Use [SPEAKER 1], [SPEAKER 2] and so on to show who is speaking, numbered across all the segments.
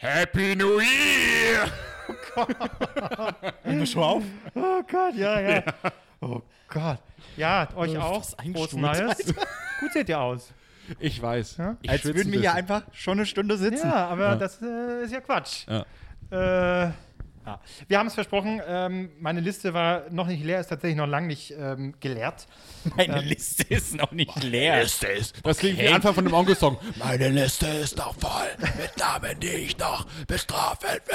[SPEAKER 1] Happy New Year!
[SPEAKER 2] Nehmen wir schon auf?
[SPEAKER 3] Oh Gott, ja, ja. Oh Gott. Ja, euch auch. Groß
[SPEAKER 2] eingestuft,
[SPEAKER 3] Neues. Gut seht ihr aus.
[SPEAKER 1] Ich weiß.
[SPEAKER 3] Ja?
[SPEAKER 1] Ich
[SPEAKER 2] Als
[SPEAKER 1] schwitze
[SPEAKER 2] würden
[SPEAKER 1] ein
[SPEAKER 2] wir hier
[SPEAKER 1] bisschen.
[SPEAKER 2] einfach schon eine Stunde sitzen.
[SPEAKER 3] Ja, aber das äh, ist ja Quatsch.
[SPEAKER 1] Ja.
[SPEAKER 3] Äh, ja. Wir haben es versprochen, ähm, meine Liste war noch nicht leer, ist tatsächlich noch lang nicht ähm, geleert.
[SPEAKER 2] Meine Liste ist noch nicht leer.
[SPEAKER 1] Liste ist. Das klingt wie der Anfang von einem Onkel-Song. Meine Liste ist noch voll mit Namen, die ich noch bestrafen will.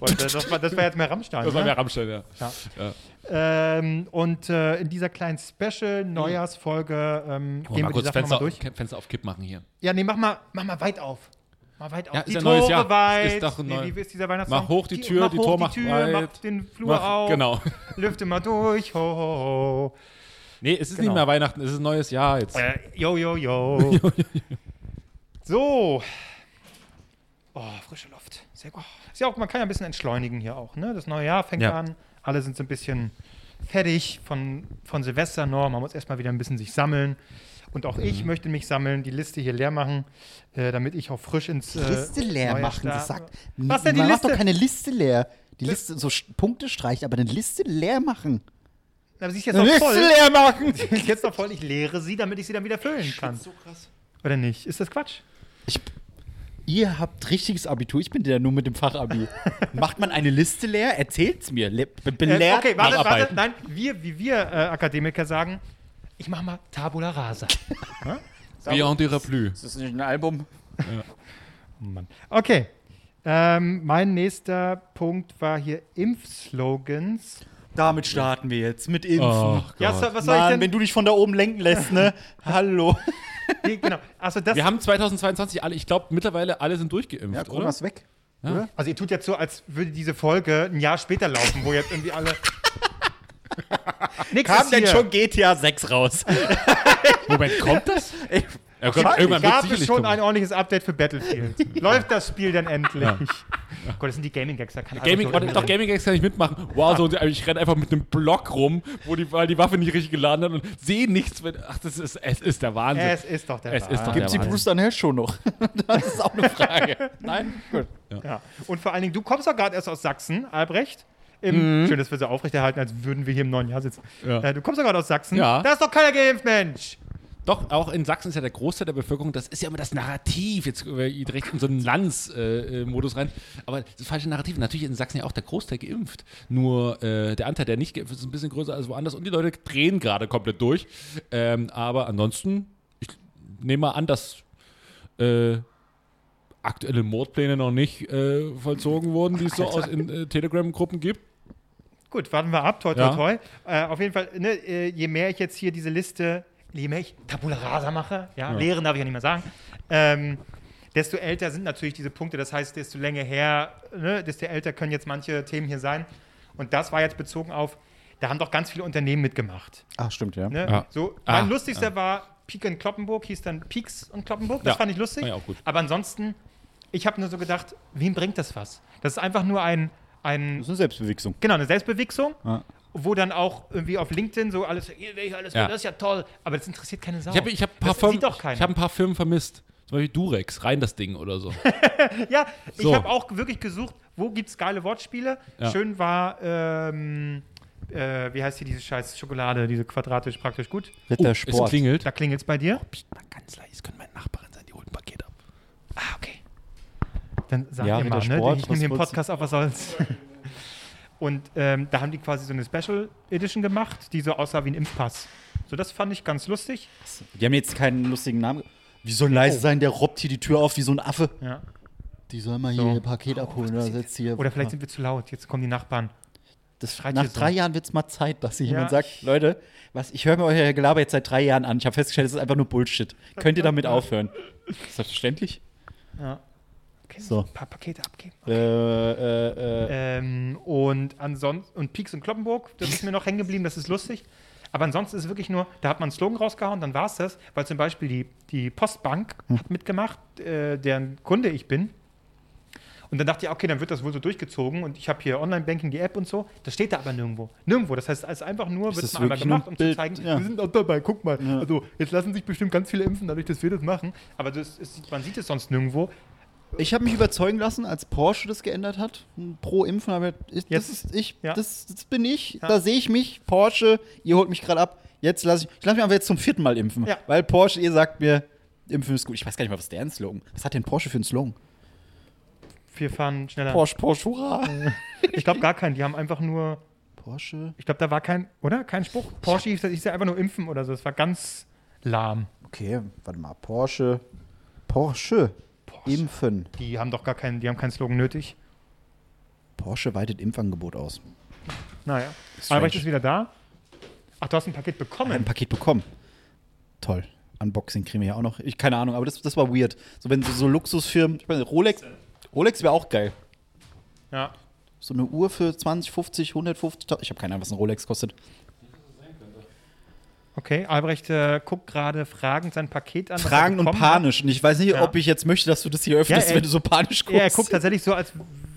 [SPEAKER 3] Und, äh, das, war, das war jetzt mehr Rammstein.
[SPEAKER 1] Das war
[SPEAKER 3] ne?
[SPEAKER 1] mehr Rammstein, ja.
[SPEAKER 3] Ja.
[SPEAKER 1] Ja.
[SPEAKER 3] Ähm, und äh, in dieser kleinen Special Neujahrsfolge ähm,
[SPEAKER 1] Mhm. Wollen wir mal
[SPEAKER 3] gehen wir die
[SPEAKER 1] kurz
[SPEAKER 3] Sache nochmal
[SPEAKER 1] Fenster,
[SPEAKER 3] durch.
[SPEAKER 1] Fenster auf Kipp machen hier.
[SPEAKER 3] Ja, nee, mach mal, mach mal weit auf. Mal weit auf.
[SPEAKER 1] Ja, ist
[SPEAKER 3] die
[SPEAKER 1] ja
[SPEAKER 3] Tore
[SPEAKER 1] neues Jahr.
[SPEAKER 3] weit.
[SPEAKER 1] Ist doch ein neu-
[SPEAKER 3] nee, wie ist dieser Weihnachtssong?
[SPEAKER 1] Mach hoch die Tür, die Tor macht
[SPEAKER 3] Mach
[SPEAKER 1] weit.
[SPEAKER 3] den Flur
[SPEAKER 1] Mach-
[SPEAKER 3] auf.
[SPEAKER 1] Genau.
[SPEAKER 3] Lüfte mal durch. Ho, ho,
[SPEAKER 1] Nee, es ist
[SPEAKER 3] Genau.
[SPEAKER 1] nicht mehr Weihnachten, es ist ein neues Jahr jetzt.
[SPEAKER 3] ho. Äh, yo, yo, yo. so. Oh, frische Luft. Sehr gut. Ist ja auch, man kann ja ein bisschen entschleunigen hier auch. Ne? Das neue Jahr fängt
[SPEAKER 1] Ja.
[SPEAKER 3] an. Alle sind so ein bisschen fertig von, von Silvester noch. Man muss erstmal wieder ein bisschen sich sammeln. Und auch ich möchte mich sammeln, die Liste hier leer machen, äh, damit ich auch frisch ins. äh,
[SPEAKER 4] Liste leer
[SPEAKER 3] neue
[SPEAKER 4] machen,
[SPEAKER 3] Jahr-
[SPEAKER 4] das sagt.
[SPEAKER 3] Was denn die
[SPEAKER 4] man
[SPEAKER 3] Liste?
[SPEAKER 4] macht doch keine Liste leer. Die Liste, so Sch- Punkte streicht, aber eine Liste leer machen.
[SPEAKER 3] Aber sie ist jetzt
[SPEAKER 4] Eine
[SPEAKER 3] noch
[SPEAKER 4] Liste
[SPEAKER 3] voll.
[SPEAKER 4] leer machen!
[SPEAKER 3] Sie ist jetzt noch voll. Ich leere sie, damit ich sie dann wieder füllen kann. Oder nicht? Ist das Quatsch?
[SPEAKER 4] Ich, ihr habt richtiges Abitur, ich bin der nur mit dem Fachabi.
[SPEAKER 2] Macht man eine Liste leer? Erzählt's mir. Le be
[SPEAKER 3] Äh,
[SPEAKER 2] belehrt
[SPEAKER 3] okay, warte,
[SPEAKER 2] nach
[SPEAKER 3] warte.
[SPEAKER 2] Arbeit.
[SPEAKER 3] Nein, wir, wie wir äh, Akademiker sagen, ich mache mal Tabula Rasa.
[SPEAKER 1] Beyond ihrer Plü.
[SPEAKER 2] Ist das nicht ein Album?
[SPEAKER 3] Mann. Okay. Ähm, mein nächster Punkt war hier Impfslogans.
[SPEAKER 4] Damit starten wir jetzt, mit
[SPEAKER 1] Oh
[SPEAKER 4] Impfen.
[SPEAKER 3] Ja, so, was soll
[SPEAKER 4] Mann,
[SPEAKER 3] ich
[SPEAKER 4] wenn du dich von da oben lenken lässt, ne? Hallo.
[SPEAKER 3] denn? Nee, genau. Also, das,
[SPEAKER 1] Wir haben 2022 alle, ich glaube mittlerweile alle sind durchgeimpft,
[SPEAKER 4] Ja,
[SPEAKER 1] oder?
[SPEAKER 4] Corona ist weg.
[SPEAKER 3] also ihr tut jetzt so, als würde diese Folge ein Jahr später laufen, wo jetzt irgendwie alle. Nix
[SPEAKER 2] Kam
[SPEAKER 3] ist
[SPEAKER 2] denn
[SPEAKER 3] hier.
[SPEAKER 2] schon GTA 6 raus?
[SPEAKER 1] Moment, kommt das?
[SPEAKER 2] Ey,
[SPEAKER 1] Ja,
[SPEAKER 3] Gab-
[SPEAKER 1] kommt, irgendwann wird
[SPEAKER 3] gab es
[SPEAKER 1] sicherlich
[SPEAKER 3] schon
[SPEAKER 1] kommen.
[SPEAKER 3] ein ordentliches Update für Battlefield. Läuft das Spiel denn endlich? Oh Gott, das sind die Gaming-Gags. da kann alles
[SPEAKER 1] Gaming,
[SPEAKER 3] so
[SPEAKER 1] warte,
[SPEAKER 3] drin
[SPEAKER 1] doch,
[SPEAKER 3] sein.
[SPEAKER 1] Gaming Gags kann ich mitmachen. Wow, so, ich renn einfach mit einem Block rum, wo die, weil die Waffe nicht richtig geladen hat und sehe nichts. Wenn, ach, das ist, es ist der Wahnsinn.
[SPEAKER 3] Es ist doch der
[SPEAKER 1] Es ist doch
[SPEAKER 3] Wahnsinn.
[SPEAKER 1] der
[SPEAKER 4] Gibt's die
[SPEAKER 1] Wahnsinn.
[SPEAKER 4] Bruce Dunhill schon noch? das ist auch eine Frage.
[SPEAKER 2] nein.
[SPEAKER 3] Ja. Und vor allen Dingen, du kommst doch gerade erst aus Sachsen, Albrecht. Im, Schön, dass wir sie aufrechterhalten, als würden wir hier im neuen Jahr sitzen.
[SPEAKER 1] Mhm. Ja.
[SPEAKER 3] Äh, du kommst doch gerade aus Sachsen.
[SPEAKER 1] Ja.
[SPEAKER 3] Da ist doch keiner geimpft, Mensch.
[SPEAKER 1] Doch, auch in Sachsen ist ja der Großteil der Bevölkerung, das ist ja immer das Narrativ. Jetzt äh, geht direkt in so einen Lanz-Modus rein. Aber das falsche Narrativ, natürlich ist in Sachsen ja auch der Großteil geimpft. Nur äh, der Anteil, der nicht geimpft ist, ist ein bisschen größer als woanders und die Leute drehen gerade komplett durch. Ähm, aber ansonsten, ich nehme mal an, dass äh, aktuelle Mordpläne noch nicht äh, vollzogen wurden, die es so aus in äh, Telegram-Gruppen gibt.
[SPEAKER 3] Oh, Gut, warten wir ab. Toi, toi,
[SPEAKER 1] Ja.
[SPEAKER 3] toi. Äh, auf jeden Fall, ne, äh, je mehr ich jetzt hier diese Liste, je mehr ich Tabula Rasa mache, ja, Lehren darf ich ja nicht mehr sagen, ähm, desto älter sind natürlich diese Punkte. Das heißt, desto länger her, ne, desto älter können jetzt manche Themen hier sein. Und das war jetzt bezogen auf, da haben doch ganz viele Unternehmen mitgemacht.
[SPEAKER 4] Ach, Ah, stimmt, ja.
[SPEAKER 3] Ne?
[SPEAKER 1] Ja.
[SPEAKER 3] So,
[SPEAKER 1] Ah,
[SPEAKER 3] mein lustigster war Peak in Kloppenburg, hieß dann Peaks und Kloppenburg. Das
[SPEAKER 1] Ja,
[SPEAKER 3] fand ich lustig.
[SPEAKER 1] war ja auch gut.
[SPEAKER 3] Aber ansonsten, ich habe nur so gedacht, wem bringt das was? Das ist einfach nur ein, ein
[SPEAKER 4] Das ist eine Selbstbewegung.
[SPEAKER 3] genau, eine Selbstbewegung,
[SPEAKER 4] Ja.
[SPEAKER 3] wo dann auch irgendwie auf LinkedIn so alles, hier, hier, alles
[SPEAKER 1] Ja.
[SPEAKER 3] das ist ja toll. Aber das interessiert keine Sau.
[SPEAKER 1] Ich habe ich hab ein, paar
[SPEAKER 3] das
[SPEAKER 1] Firmen-
[SPEAKER 3] sieht doch keiner.
[SPEAKER 1] ich hab ein paar Firmen vermisst. Zum Beispiel Durex, rein das Ding oder so.
[SPEAKER 3] ja,
[SPEAKER 1] So.
[SPEAKER 3] ich habe auch wirklich gesucht, wo gibt es geile Wortspiele.
[SPEAKER 1] Ja.
[SPEAKER 3] Schön war, ähm, äh, wie heißt hier diese scheiß Schokolade, diese quadratisch praktisch gut.
[SPEAKER 1] Oh, es
[SPEAKER 4] Rittersport.
[SPEAKER 1] klingelt.
[SPEAKER 3] Da klingelt's bei dir.
[SPEAKER 1] Mal ganz leise, es können meine Nachbarin sein, die holt ein Paket ab.
[SPEAKER 3] Ah, okay. Dann sag
[SPEAKER 4] Ja,
[SPEAKER 3] mir
[SPEAKER 4] mit
[SPEAKER 3] mal,
[SPEAKER 4] der
[SPEAKER 3] ne?
[SPEAKER 4] Sport,
[SPEAKER 3] ich nehme
[SPEAKER 4] was
[SPEAKER 3] den
[SPEAKER 4] wolltest du-
[SPEAKER 3] Podcast auf, was soll's. Und ähm, da haben die quasi so eine Special Edition gemacht, die so aussah wie ein Impfpass. So, das fand ich ganz lustig.
[SPEAKER 4] Die haben jetzt keinen lustigen Namen. Wie soll leise
[SPEAKER 3] Oh.
[SPEAKER 4] sein, der robbt hier die Tür auf wie so ein Affe.
[SPEAKER 3] Ja.
[SPEAKER 4] Die soll mal hier ihr Paket abholen oder setzt hier.
[SPEAKER 3] Oh, Oder vielleicht sind wir zu laut, jetzt kommen die Nachbarn.
[SPEAKER 4] das
[SPEAKER 3] schreit
[SPEAKER 4] nach
[SPEAKER 3] hier so.
[SPEAKER 4] drei Jahren wird es mal Zeit, dass hier jemand
[SPEAKER 3] Ja.
[SPEAKER 4] sagt, Leute, was, ich höre mir euer Gelaber jetzt seit drei Jahren an. Ich habe festgestellt, es ist einfach nur Bullshit. Könnt ihr damit aufhören? Selbstverständlich.
[SPEAKER 3] Ja. Okay,
[SPEAKER 4] So.
[SPEAKER 3] ein paar Pakete abgeben.
[SPEAKER 4] Äh, äh, äh.
[SPEAKER 3] Ähm, und ansonsten, und Peaks und Kloppenburg, das ist mir noch hängen geblieben, das ist lustig. Aber ansonsten ist wirklich nur, da hat man einen Slogan rausgehauen, dann war es das, weil zum Beispiel die, die Postbank
[SPEAKER 4] Hm.
[SPEAKER 3] hat mitgemacht, äh, deren Kunde ich bin. Und dann dachte ich, okay, dann wird das wohl so durchgezogen und ich habe hier Online-Banking, die App und so. Das steht da aber nirgendwo. Nirgendwo. Das heißt, es ist einfach nur, wird
[SPEAKER 4] das
[SPEAKER 3] es mal einmal
[SPEAKER 4] wirklich nur
[SPEAKER 3] gemacht,
[SPEAKER 4] ein
[SPEAKER 3] um zu
[SPEAKER 4] Bild?
[SPEAKER 3] zeigen,
[SPEAKER 4] Ja.
[SPEAKER 3] wir sind auch dabei, guck mal.
[SPEAKER 4] Ja.
[SPEAKER 3] Also, jetzt lassen sich bestimmt ganz viele impfen, dadurch, dass wir das machen. Aber das, ist, man sieht es sonst nirgendwo.
[SPEAKER 5] Ich habe mich überzeugen lassen, als Porsche das geändert hat, pro Impfen, aber ich, das
[SPEAKER 3] Jetzt-
[SPEAKER 5] ist ich,
[SPEAKER 3] ja.
[SPEAKER 5] das, das bin ich,
[SPEAKER 3] Ja.
[SPEAKER 5] da sehe ich mich, Porsche, ihr holt mich gerade ab, jetzt lasse ich, ich lasse mich einfach jetzt zum vierten Mal impfen,
[SPEAKER 3] Ja.
[SPEAKER 5] weil Porsche, ihr sagt mir,
[SPEAKER 4] Impfen ist gut. Ich weiß gar nicht mal, was der ein Slogan.
[SPEAKER 5] was hat denn Porsche für einen Slogan?
[SPEAKER 3] Wir fahren schneller.
[SPEAKER 5] Porsche, Porsche, hurra!
[SPEAKER 3] Ich glaube gar keinen. Die haben einfach nur,
[SPEAKER 5] Porsche,
[SPEAKER 3] ich glaube, da war kein, oder? Kein Spruch. Porsche hieß das, hieß ja einfach nur impfen oder so. Das war ganz lahm.
[SPEAKER 5] okay, warte mal, Porsche, Porsche, impfen.
[SPEAKER 3] Die haben doch gar keinen, die haben keinen Slogan nötig.
[SPEAKER 5] Porsche weitet Impfangebot aus.
[SPEAKER 3] Naja. Albrecht
[SPEAKER 5] strange.
[SPEAKER 3] ist wieder da. Ach, du hast ein Paket bekommen.
[SPEAKER 5] ein Paket bekommen. Toll. Unboxing kriegen wir ja auch noch. Ich keine Ahnung, aber das, das war weird. So wenn so, so Luxusfirmen, ich meine, Rolex, Rolex wäre auch geil.
[SPEAKER 3] ja.
[SPEAKER 5] So eine Uhr für 20, 50, 150, ich habe keine Ahnung, was ein Rolex kostet.
[SPEAKER 3] Okay, Albrecht äh, guckt gerade fragend sein Paket an. was er
[SPEAKER 5] Fragen und
[SPEAKER 3] bekommen hat.
[SPEAKER 5] panisch. Und ich weiß nicht,
[SPEAKER 3] Ja.
[SPEAKER 5] ob ich jetzt möchte, dass du das hier öffnest,
[SPEAKER 3] er-
[SPEAKER 5] wenn du so panisch guckst.
[SPEAKER 3] Ja, er guckt tatsächlich so, als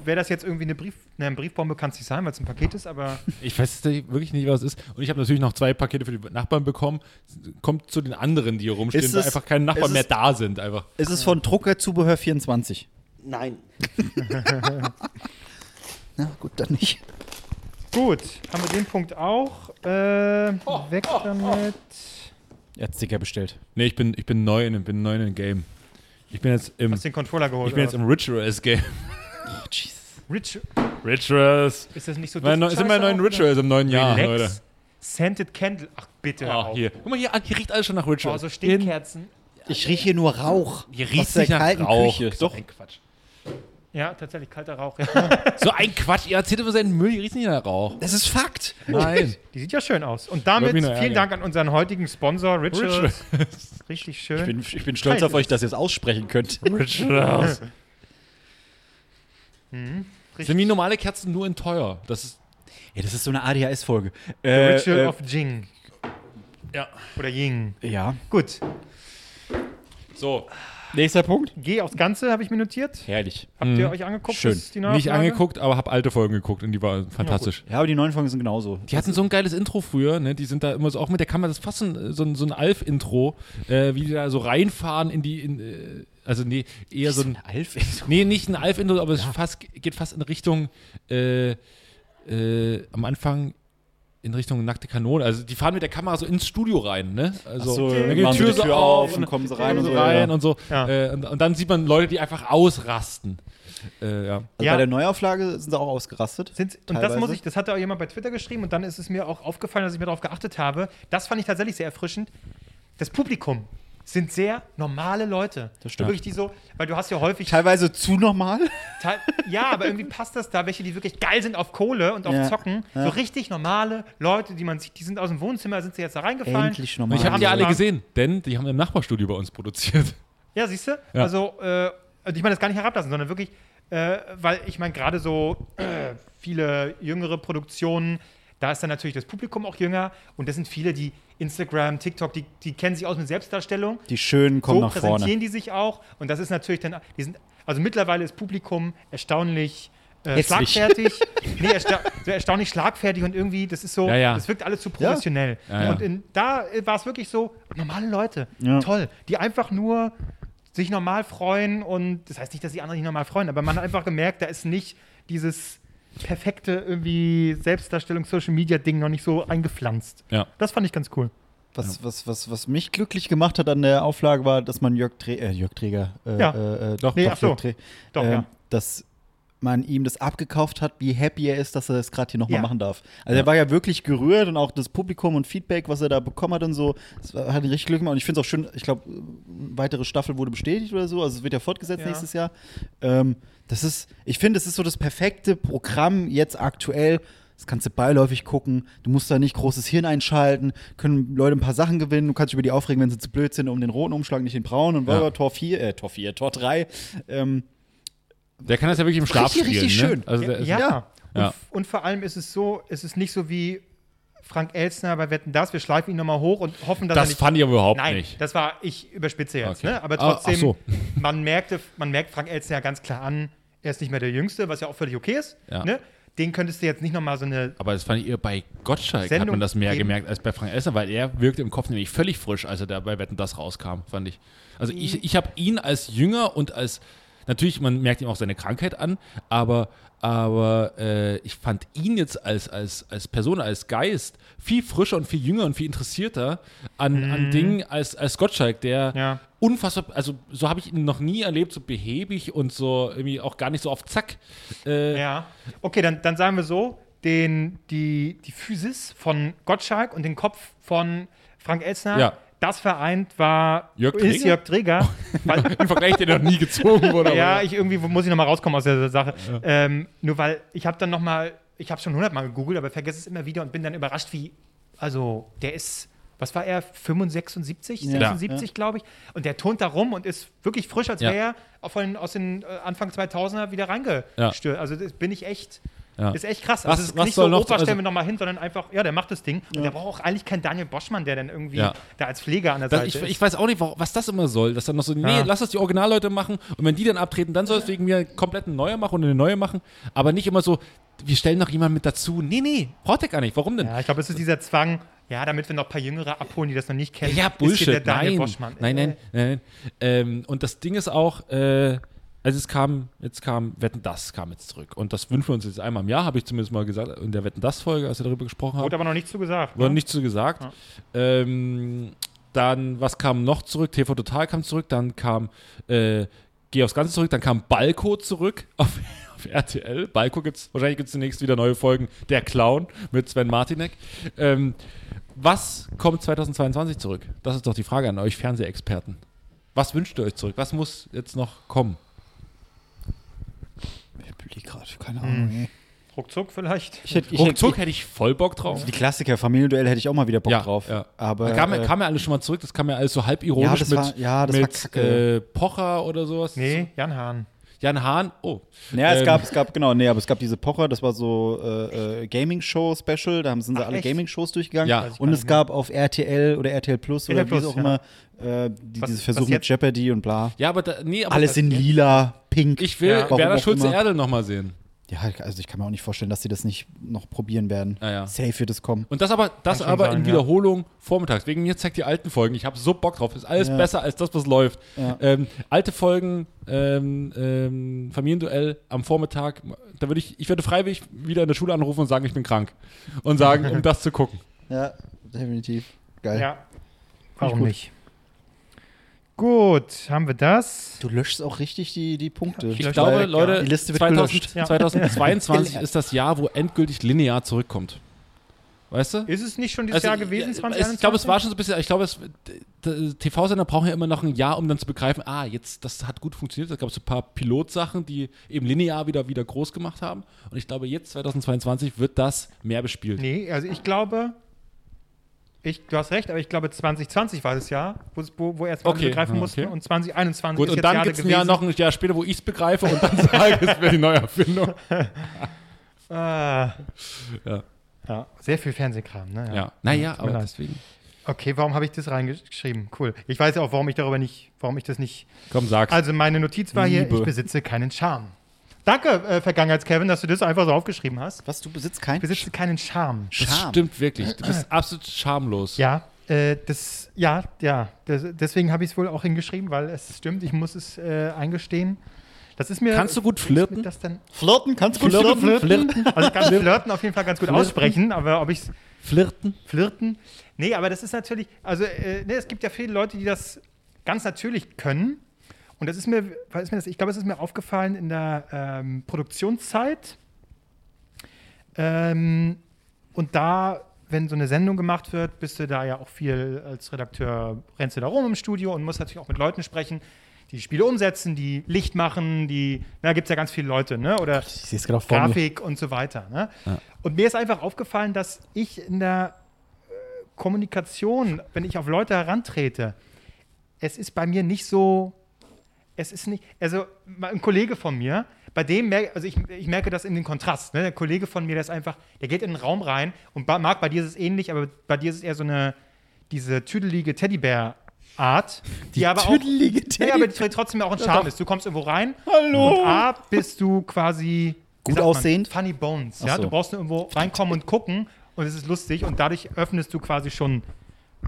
[SPEAKER 3] wäre das jetzt irgendwie eine Brief. Ne, ein Briefbombe kann es nicht sein, weil es ein Paket ist, aber
[SPEAKER 1] Ich weiß nicht- wirklich nicht, was es ist. Und ich habe natürlich noch zwei Pakete für die Nachbarn bekommen. Kommt zu den anderen, die hier rumstehen,
[SPEAKER 5] Ist
[SPEAKER 1] weil
[SPEAKER 5] es-
[SPEAKER 1] einfach keine Nachbarn
[SPEAKER 5] ist es-
[SPEAKER 1] mehr da sind. Einfach.
[SPEAKER 5] es ist von Druckerzubehör 24.
[SPEAKER 6] Nein.
[SPEAKER 5] Na gut, dann nicht.
[SPEAKER 3] gut. Haben wir den Punkt auch. Äh, weg damit.
[SPEAKER 4] Er hat Sticker bestellt.
[SPEAKER 1] Nee, ich bin, ich bin neu in dem bin neu in dem Game. Ich bin jetzt im,
[SPEAKER 3] Hast den Controller geholt.
[SPEAKER 1] ich bin jetzt
[SPEAKER 3] oder
[SPEAKER 1] im Rituals Game.
[SPEAKER 3] was? Rich.
[SPEAKER 1] Rituals.
[SPEAKER 3] Ist das nicht so
[SPEAKER 1] Mein, neu- sind meine neuen
[SPEAKER 3] Ritual.
[SPEAKER 1] Rituals im neuen Jahr,
[SPEAKER 3] Relax.
[SPEAKER 1] Leute.
[SPEAKER 3] Scented Candle. Ach, bitte. hör
[SPEAKER 1] Ah,
[SPEAKER 3] auf.
[SPEAKER 1] hier. Guck mal hier, an, hier riecht alles schon nach
[SPEAKER 3] Oh,
[SPEAKER 1] Rituals.
[SPEAKER 3] so Stinkkerzen.
[SPEAKER 4] Ich rieche hier nur Rauch.
[SPEAKER 1] hier
[SPEAKER 4] aus
[SPEAKER 1] riecht
[SPEAKER 4] der
[SPEAKER 1] nicht nach
[SPEAKER 4] kalten
[SPEAKER 1] Rauch.
[SPEAKER 4] Küche.
[SPEAKER 1] Ist Doch. Ein Quatsch.
[SPEAKER 3] Ja, tatsächlich kalter Rauch. Ja.
[SPEAKER 1] So ein Quatsch. Ihr erzählt über seinen Müll, hier riecht nicht nach Rauch.
[SPEAKER 4] Das ist Fakt.
[SPEAKER 1] Nein.
[SPEAKER 3] Die sieht ja schön aus. Und damit
[SPEAKER 1] Würde mich nur
[SPEAKER 3] vielen
[SPEAKER 1] ärgern.
[SPEAKER 3] Dank an unseren heutigen Sponsor, Rituals. Richtig schön.
[SPEAKER 4] Ich bin, ich bin stolz auf euch, dass ihr es aussprechen könnt.
[SPEAKER 1] Rituals.
[SPEAKER 3] richtig.
[SPEAKER 4] Hm,
[SPEAKER 1] Sind wie normale Kerzen nur in teuer. Das ist.
[SPEAKER 4] Ja, das ist so eine ADHS-Folge. Äh,
[SPEAKER 3] Ritual
[SPEAKER 4] äh,
[SPEAKER 3] of Jing.
[SPEAKER 1] Ja.
[SPEAKER 3] Oder Ying.
[SPEAKER 4] ja.
[SPEAKER 3] Gut.
[SPEAKER 1] So.
[SPEAKER 4] Nächster Punkt.
[SPEAKER 3] G aufs Ganze habe ich mir notiert.
[SPEAKER 4] Herrlich.
[SPEAKER 3] Habt ihr euch angeguckt?
[SPEAKER 4] Schön.
[SPEAKER 3] das- die
[SPEAKER 1] Mhm. Nicht
[SPEAKER 3] Neuauflage?
[SPEAKER 1] angeguckt, aber hab alte Folgen geguckt und die waren fantastisch.
[SPEAKER 4] Ja, aber die neuen Folgen sind genauso.
[SPEAKER 1] Die hatten so ein geiles Intro früher, ne? Die sind da immer so, auch mit der Kamera, das ist fast so ein, so ein, so ein Alf-Intro, äh, wie die da so reinfahren in die, in, äh, also nee, eher so ein,
[SPEAKER 4] Alf.
[SPEAKER 1] nee, nicht ein Alf-Intro, aber es fast, geht fast in Richtung, äh, äh, am Anfang in Richtung nackte Kanone. Also die fahren mit der Kamera so ins Studio rein, ne? Also
[SPEAKER 4] so, äh,
[SPEAKER 1] dann
[SPEAKER 4] machen
[SPEAKER 1] geht die
[SPEAKER 4] die
[SPEAKER 1] Tür
[SPEAKER 4] die
[SPEAKER 1] so
[SPEAKER 4] Tür
[SPEAKER 1] auf,
[SPEAKER 4] auf
[SPEAKER 1] und
[SPEAKER 4] und kommen sie rein
[SPEAKER 1] dann
[SPEAKER 4] und so.
[SPEAKER 1] rein
[SPEAKER 4] ja.
[SPEAKER 1] und so.
[SPEAKER 3] Ja.
[SPEAKER 1] Äh, und, und dann sieht man Leute, die einfach ausrasten. Äh, ja.
[SPEAKER 5] Also
[SPEAKER 3] Ja.
[SPEAKER 5] bei der Neuauflage sind sie auch ausgerastet.
[SPEAKER 3] Sind, und das
[SPEAKER 5] Teilweise.
[SPEAKER 3] muss ich, das hatte auch jemand bei Twitter geschrieben und dann ist es mir auch aufgefallen, dass ich mir darauf geachtet habe. Das fand ich tatsächlich sehr erfrischend. Das Publikum sind sehr normale Leute. Das
[SPEAKER 4] stimmt.
[SPEAKER 3] Wirklich die so, weil du hast ja häufig
[SPEAKER 5] Teilweise zu normal.
[SPEAKER 3] Teil- ja, aber irgendwie passt das da, welche, die wirklich geil sind auf Kohle und auf
[SPEAKER 5] Ja,
[SPEAKER 3] Zocken. So richtig normale Leute, die man sieht, die sind aus dem Wohnzimmer, sind sie jetzt da reingefallen.
[SPEAKER 5] Endlich
[SPEAKER 1] Und
[SPEAKER 5] normal.
[SPEAKER 1] ich habe die
[SPEAKER 3] haben
[SPEAKER 1] alle
[SPEAKER 3] sogar-
[SPEAKER 1] gesehen, denn die haben im Nachbarstudio bei uns produziert.
[SPEAKER 3] Ja, siehst du?
[SPEAKER 1] Ja.
[SPEAKER 3] Also, äh, und ich meine das gar nicht herablassen, sondern wirklich, äh, weil ich meine, gerade so äh, viele jüngere Produktionen, da ist dann natürlich das Publikum auch jünger und das sind viele, die Instagram, TikTok, die, die kennen sich aus mit Selbstdarstellung.
[SPEAKER 4] Die Schönen kommen
[SPEAKER 3] so
[SPEAKER 4] nach vorne.
[SPEAKER 3] präsentieren die sich auch und das ist natürlich dann, die sind, also mittlerweile ist Publikum erstaunlich. Äh,
[SPEAKER 4] Hässlich.
[SPEAKER 3] schlagfertig. nee, ersta so erstaunlich schlagfertig und irgendwie, das ist so,
[SPEAKER 1] Ja, ja.
[SPEAKER 3] das wirkt alles zu professionell.
[SPEAKER 1] Ja, ja.
[SPEAKER 3] Und in, da äh, war es wirklich so, normale Leute,
[SPEAKER 5] Ja.
[SPEAKER 3] toll, die einfach nur sich normal freuen und das heißt nicht, dass die anderen nicht normal freuen, aber man hat einfach gemerkt, da ist nicht dieses perfekte irgendwie Selbstdarstellung Social Media Ding noch nicht so eingepflanzt.
[SPEAKER 1] Ja.
[SPEAKER 3] Das fand ich ganz cool.
[SPEAKER 5] Was, was, was, was mich glücklich gemacht hat an der Auflage war, dass man Jörg, Dreh, äh, Jörg Träger, äh,
[SPEAKER 3] Ja.
[SPEAKER 5] äh, äh,
[SPEAKER 1] Doch,
[SPEAKER 3] Nee,
[SPEAKER 5] Dr.
[SPEAKER 3] ach so.
[SPEAKER 5] Dreh,
[SPEAKER 3] Doch,
[SPEAKER 5] äh,
[SPEAKER 3] ja.
[SPEAKER 5] dass man ihm das abgekauft hat, wie happy er ist, dass er das gerade hier nochmal
[SPEAKER 3] Ja.
[SPEAKER 5] machen darf. Also er war ja wirklich gerührt und auch das Publikum und Feedback, was er da bekommen hat und so, das war- hat ihn richtig Glück gemacht. Und ich finde es auch schön, ich glaube, weitere Staffel wurde bestätigt oder so, also es wird ja fortgesetzt
[SPEAKER 3] Ja.
[SPEAKER 5] nächstes Jahr. Ähm, das ist, ich finde, es ist so das perfekte Programm jetzt aktuell. Das kannst du beiläufig gucken. Du musst da nicht großes Hirn einschalten. Können Leute ein paar Sachen gewinnen. Du kannst dich über die aufregen, wenn sie zu blöd sind, um den roten Umschlag, nicht den braunen. Und ja. Tor 4, äh, Tor 4, Tor 3. Ähm,
[SPEAKER 1] Der kann das ja wirklich im Schlaf
[SPEAKER 5] Richtig,
[SPEAKER 1] spielen.
[SPEAKER 5] richtig
[SPEAKER 1] ne?
[SPEAKER 5] schön.
[SPEAKER 1] Also der ist-
[SPEAKER 3] ja. Und,
[SPEAKER 1] Ja.
[SPEAKER 3] f- und vor allem ist es so, es ist nicht so wie Frank Elsner bei Wetten das, wir schleifen ihn nochmal hoch und hoffen, dass er
[SPEAKER 1] Das
[SPEAKER 3] nicht.
[SPEAKER 1] fand ich aber überhaupt
[SPEAKER 3] Nein,
[SPEAKER 1] nicht.
[SPEAKER 3] das war, ich überspitze jetzt,
[SPEAKER 1] Okay.
[SPEAKER 3] ne? aber
[SPEAKER 1] Ah,
[SPEAKER 3] trotzdem,
[SPEAKER 1] ach so.
[SPEAKER 3] man, merkte, man merkt Frank Elsner ja ganz klar an, er ist nicht mehr der Jüngste, was ja auch völlig okay ist.
[SPEAKER 1] Ja.
[SPEAKER 3] Ne? Den könntest du jetzt nicht nochmal so eine.
[SPEAKER 1] Aber das fand ich eher bei Gottschalk hat
[SPEAKER 3] Sendung
[SPEAKER 1] man das mehr
[SPEAKER 3] geben.
[SPEAKER 1] gemerkt als bei Frank Esser, weil er wirkte im Kopf nämlich
[SPEAKER 3] Mhm.
[SPEAKER 1] völlig frisch, als er da bei Wetten das rauskam, fand ich. Also ich, ich habe ihn als Jünger und als Natürlich, man merkt ihm auch seine Krankheit an, aber, aber äh, ich fand ihn jetzt als, als, als Person, als Geist viel frischer und viel jünger und viel interessierter an, an Dingen als, als Gottschalk, der
[SPEAKER 3] Mhm. Ja.
[SPEAKER 1] unfassbar, also so habe ich ihn noch nie erlebt, so behäbig und so irgendwie auch gar nicht so auf Zack. Äh,
[SPEAKER 3] Ja. Okay, dann, dann sagen wir so: den, die, die Physis von Gottschalk und den Kopf von Frank Elsner,
[SPEAKER 1] Ja.
[SPEAKER 3] das vereint war
[SPEAKER 1] Jörg
[SPEAKER 3] ist
[SPEAKER 1] Träger?
[SPEAKER 3] Jörg Träger. weil,
[SPEAKER 1] Im Vergleich, der noch nie gezogen wurde. aber
[SPEAKER 3] ja, ich irgendwie muss ich nochmal rauskommen aus der Sache. Ähm, nur weil ich habe dann nochmal, ich habe schon hundertmal gegoogelt, aber vergesse es immer wieder und bin dann überrascht, wie, also der ist, was war er, 75,
[SPEAKER 5] Ja.
[SPEAKER 3] 76, glaube ich. Und der turnt da rum und ist wirklich frisch, als
[SPEAKER 1] Ja.
[SPEAKER 3] wäre er auch von, aus den äh, Anfang 2000er wieder reingestürzt. Also das bin ich echt.
[SPEAKER 1] Ja.
[SPEAKER 3] Ist echt krass.
[SPEAKER 1] Was-
[SPEAKER 3] also es ist
[SPEAKER 1] was
[SPEAKER 3] nicht
[SPEAKER 1] soll
[SPEAKER 3] so,
[SPEAKER 1] noch-
[SPEAKER 3] Opa,
[SPEAKER 1] also-
[SPEAKER 3] stellen wir nochmal hin, sondern einfach, ja, der macht das Ding. Und der braucht auch eigentlich keinen Daniel Boschmann, der dann irgendwie
[SPEAKER 1] Ja.
[SPEAKER 3] da als Pfleger an der
[SPEAKER 1] Das,
[SPEAKER 3] Seite
[SPEAKER 1] ich,
[SPEAKER 3] ist.
[SPEAKER 1] ich weiß auch nicht, wa- was das immer soll. Dass dann noch so, nee,
[SPEAKER 3] Ja.
[SPEAKER 1] lass das die Originalleute machen und wenn die dann abtreten, dann soll es wegen mir komplett eine neue machen und eine neue machen. Aber nicht immer so, wir stellen noch jemanden mit dazu. Nee, nee, braucht er gar nicht. Warum denn?
[SPEAKER 3] Ja, ich glaube, es ist dieser Zwang, ja, damit wir noch ein paar Jüngere abholen, die das noch nicht kennen.
[SPEAKER 1] Ja,
[SPEAKER 3] ist hier der
[SPEAKER 1] Bullshit.
[SPEAKER 3] Daniel
[SPEAKER 1] Nein.
[SPEAKER 3] Boschmann.
[SPEAKER 1] nein, nein,
[SPEAKER 3] Äh,
[SPEAKER 1] nein. Ähm, und das Ding ist auch, äh, also es kam, jetzt kam, Wetten das kam jetzt zurück. Und das wünschen wir uns jetzt einmal im Jahr, habe ich zumindest mal gesagt, in der Wetten das Folge, als wir darüber gesprochen haben.
[SPEAKER 3] Wurde aber noch nicht zugesagt.
[SPEAKER 1] Wurde
[SPEAKER 3] ne?
[SPEAKER 1] nicht so gesagt. Ähm, dann, was kam noch zurück? TV Total kam zurück, dann kam äh, Geh aufs Ganze zurück, dann kam Balko zurück auf, auf RTL. Balko gibt's, wahrscheinlich gibt es demnächst wieder neue Folgen. Der Clown mit Sven Martinek. Ähm, was kommt 2022 zurück? Das ist doch die Frage an euch Fernsehexperten. Was wünscht ihr euch zurück? Was muss jetzt noch kommen?
[SPEAKER 5] Ich blieb gerade, keine Ahnung. ey.
[SPEAKER 3] Ruckzuck vielleicht.
[SPEAKER 5] Ich hätte, ich
[SPEAKER 1] Ruckzuck
[SPEAKER 5] hätte,
[SPEAKER 1] hätte ich voll Bock drauf.
[SPEAKER 5] die Klassiker, Familienduell hätte ich auch mal wieder Bock drauf.
[SPEAKER 1] Ja.
[SPEAKER 5] Aber
[SPEAKER 1] da kam,
[SPEAKER 5] äh,
[SPEAKER 1] kam ja alles schon mal zurück, das kam ja alles so
[SPEAKER 5] Ja,
[SPEAKER 1] halbironisch
[SPEAKER 5] das
[SPEAKER 1] mit,
[SPEAKER 5] war- ja, das war
[SPEAKER 1] mit
[SPEAKER 5] kacke.
[SPEAKER 1] äh, Pocher oder sowas.
[SPEAKER 3] Nee, Jan Hahn.
[SPEAKER 1] Jan Hahn, oh.
[SPEAKER 5] Ja, es
[SPEAKER 1] Ähm,
[SPEAKER 5] gab, es gab, genau, nee, aber es gab diese Pocher, das war so äh, äh, Gaming-Show-Special, da haben, sind sie
[SPEAKER 3] Ach,
[SPEAKER 5] alle
[SPEAKER 3] echt?
[SPEAKER 5] Gaming-Shows durchgegangen.
[SPEAKER 1] Ja. Weiß ich
[SPEAKER 5] und es gab auf RTL oder RTL Plus oder
[SPEAKER 3] RTL
[SPEAKER 5] wie es
[SPEAKER 3] Plus,
[SPEAKER 5] auch
[SPEAKER 3] ja.
[SPEAKER 5] immer, äh, die,
[SPEAKER 3] Was-
[SPEAKER 5] dieses
[SPEAKER 3] was
[SPEAKER 5] Versuch mit
[SPEAKER 3] jetzt?
[SPEAKER 5] Jeopardy und bla.
[SPEAKER 1] Ja, aber da, nee, aber
[SPEAKER 5] Alles in lila, pink.
[SPEAKER 1] Ich will
[SPEAKER 3] Ja.
[SPEAKER 5] Warum
[SPEAKER 1] Werner
[SPEAKER 5] auch
[SPEAKER 1] Schulze
[SPEAKER 5] immer.
[SPEAKER 1] Erdel nochmal sehen.
[SPEAKER 5] Ja, also ich kann mir auch nicht vorstellen, dass sie das nicht noch probieren werden.
[SPEAKER 1] Ah, Ja, ja.
[SPEAKER 5] Safe wird es kommen.
[SPEAKER 1] Und das aber, das
[SPEAKER 3] schon
[SPEAKER 1] aber
[SPEAKER 3] sein,
[SPEAKER 1] in
[SPEAKER 3] ja.
[SPEAKER 1] Wiederholung vormittags. Wegen mir zeigt die alten Folgen. Ich habe so Bock drauf. Ist alles
[SPEAKER 5] Ja.
[SPEAKER 1] besser als das, was läuft.
[SPEAKER 5] Ja.
[SPEAKER 1] Ähm, alte Folgen, ähm, ähm, Familienduell am Vormittag. Da würde ich, ich würde freiwillig wieder in der Schule anrufen und sagen, ich bin krank. Und sagen, um das zu gucken.
[SPEAKER 5] Ja, definitiv.
[SPEAKER 1] Äh,
[SPEAKER 5] Geil.
[SPEAKER 3] Ja. Warum nicht? Gut, haben wir das.
[SPEAKER 5] Du löschst auch richtig die, die Punkte.
[SPEAKER 1] Ich
[SPEAKER 3] Vielleicht
[SPEAKER 1] glaube,
[SPEAKER 3] mal weg,
[SPEAKER 1] Leute,
[SPEAKER 3] ja.
[SPEAKER 5] Die Liste wird gelöscht.
[SPEAKER 3] Ja.
[SPEAKER 1] 2022 ist das Jahr, wo endgültig linear zurückkommt. Weißt du?
[SPEAKER 3] Ist es nicht schon dieses
[SPEAKER 1] Also,
[SPEAKER 3] Jahr gewesen,
[SPEAKER 1] ja,
[SPEAKER 3] 2021?
[SPEAKER 1] Ich glaube, es war schon so ein bisschen, ich glaube, es- d- d- TV-Sender brauchen ja immer noch ein Jahr, um dann zu begreifen, ah, jetzt, das hat gut funktioniert. Da gab es ein paar Pilotsachen, die eben linear wieder, wieder groß gemacht haben. Und ich glaube, jetzt, 2022, wird das mehr bespielt.
[SPEAKER 3] Nee, also ich glaube, ich, du hast recht, aber ich glaube, 2020 war das Jahr, wo, es- wo, wo erst mal alle
[SPEAKER 1] Okay,
[SPEAKER 3] begreifen
[SPEAKER 1] ja,
[SPEAKER 3] mussten
[SPEAKER 1] okay.
[SPEAKER 3] und 2021
[SPEAKER 1] Gut,
[SPEAKER 3] ist
[SPEAKER 1] und
[SPEAKER 3] jetzt
[SPEAKER 1] dann
[SPEAKER 3] gerade
[SPEAKER 1] gibt es ein Jahr noch ein Jahr später, wo ich es begreife und dann sage, es wäre die Neuerfindung.
[SPEAKER 3] Ah.
[SPEAKER 1] Ja.
[SPEAKER 3] ja, sehr viel Fernsehkram, ne?
[SPEAKER 1] Ja, naja,
[SPEAKER 3] tut mir
[SPEAKER 1] aber
[SPEAKER 3] leid.
[SPEAKER 1] deswegen.
[SPEAKER 3] Okay, warum habe ich das reingeschrieben? Cool. Ich weiß ja auch, warum ich darüber nicht, warum ich das nicht.
[SPEAKER 1] Komm, sag's.
[SPEAKER 3] Also meine Notiz war hier,
[SPEAKER 1] Liebe.
[SPEAKER 3] ich besitze keinen Charme. Danke, äh, Vergangenheits-Kevin, dass du das einfach so aufgeschrieben hast.
[SPEAKER 5] Was, du besitzt kein
[SPEAKER 3] Ich besitze keinen Charme.
[SPEAKER 1] das
[SPEAKER 5] Scham.
[SPEAKER 1] stimmt wirklich. Du bist absolut schamlos.
[SPEAKER 3] Ja, äh, das, ja, ja. Das, deswegen habe ich es wohl auch hingeschrieben, weil es stimmt, ich muss es äh, eingestehen. Das ist mir.
[SPEAKER 1] Kannst du gut
[SPEAKER 3] Äh, ist
[SPEAKER 1] flirten?
[SPEAKER 3] mir Das dann,
[SPEAKER 5] Flirten? Kannst du gut
[SPEAKER 3] flirten,
[SPEAKER 5] flirten?
[SPEAKER 3] flirten? Also ich kann flirten auf jeden Fall ganz gut aussprechen, aber ob ich es
[SPEAKER 1] Flirten?
[SPEAKER 3] flirten. Nee, aber das ist natürlich, also äh, nee, es gibt ja viele Leute, die das ganz natürlich können. Und das ist mir, was ist mir das, ich glaube, es ist mir aufgefallen in der ähm, Produktionszeit. Ähm, und da, wenn so eine Sendung gemacht wird, bist du da ja auch viel als Redakteur, rennst du da rum im Studio und musst natürlich auch mit Leuten sprechen, die Spiele umsetzen, die Licht machen, die, na, gibt es ja ganz viele Leute, ne? Oder
[SPEAKER 5] Ich sehe es gerade vor mir.
[SPEAKER 3] Grafik und so weiter. Ne? Und mir ist einfach aufgefallen, dass ich in der äh, Kommunikation, wenn ich auf Leute herantrete, es ist bei mir nicht so, es ist nicht, also ein Kollege von mir, bei dem merke, also ich, ich merke das in den Kontrast, ne? der Kollege von mir, der ist einfach, der geht in den Raum rein und bei, Marc, bei dir ist es ähnlich, aber bei dir ist es eher so eine, diese tüdelige Teddybär-Art, die, aber auch, Nee,
[SPEAKER 5] Tüdelige Teddy.
[SPEAKER 3] aber die trotzdem auch ein Charme ist. Du kommst irgendwo rein
[SPEAKER 5] Hallo.
[SPEAKER 3] und A, bist du quasi wie
[SPEAKER 5] Gut
[SPEAKER 3] sagt man,
[SPEAKER 5] aussehend?
[SPEAKER 3] Funny Bones.
[SPEAKER 5] Ach
[SPEAKER 3] Ja?
[SPEAKER 5] so.
[SPEAKER 3] Du brauchst nur irgendwo reinkommen und gucken und es ist lustig und dadurch öffnest du quasi schon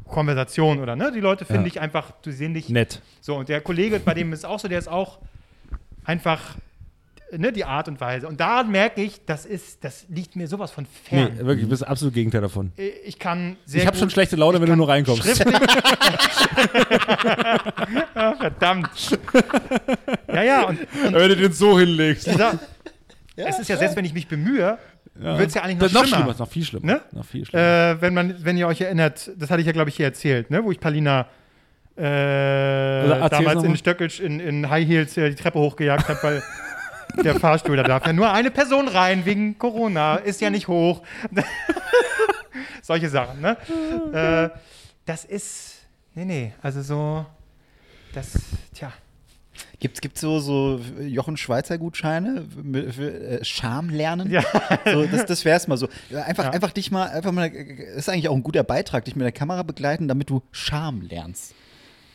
[SPEAKER 3] Konversation oder ne? Die Leute finden dich einfach, du sehen dich
[SPEAKER 1] Nett.
[SPEAKER 3] so, und der Kollege, bei dem ist auch so, der ist auch einfach ne, die Art und Weise. Und da merke ich, das ist, das liegt mir sowas von fern. Äh,
[SPEAKER 1] Nee, wirklich, du bist das absolute Gegenteil davon.
[SPEAKER 3] Ich kann sehr
[SPEAKER 1] ich habe
[SPEAKER 3] gut-
[SPEAKER 1] schon schlechte Laune, wenn du nur reinkommst.
[SPEAKER 3] Schriftlich. Ah, verdammt. Ja, ja, und
[SPEAKER 1] Wenn du den so hinlegst.
[SPEAKER 3] dieser, es ist ja selbst, wenn ich mich bemühe, wird es ja eigentlich noch,
[SPEAKER 1] noch
[SPEAKER 3] schlimmer.
[SPEAKER 1] Noch viel schlimmer.
[SPEAKER 3] Ne?
[SPEAKER 1] Noch viel schlimmer.
[SPEAKER 3] Äh, wenn, man, wenn ihr euch erinnert, das hatte ich ja, glaube ich, hier erzählt, ne? wo ich Palina äh,
[SPEAKER 1] Also erzähl's noch
[SPEAKER 3] damals
[SPEAKER 1] mal.
[SPEAKER 3] in Stöckelsch in, in High Heels äh, die Treppe hochgejagt habe, weil der Fahrstuhl, da darf ja nur eine Person rein wegen Corona, ist ja nicht hoch. Solche Sachen, ne? Äh, das ist, nee, nee, also so, das, tja.
[SPEAKER 5] Gibt's, gibt's so, so Jochen Schweizer Gutscheine für, für äh, Scham lernen?
[SPEAKER 3] Ja.
[SPEAKER 5] So, das das wäre es mal so. Einfach,
[SPEAKER 3] Ja.
[SPEAKER 5] einfach dich mal, einfach mal, das ist eigentlich auch ein guter Beitrag, dich mit der Kamera begleiten, damit du Scham lernst.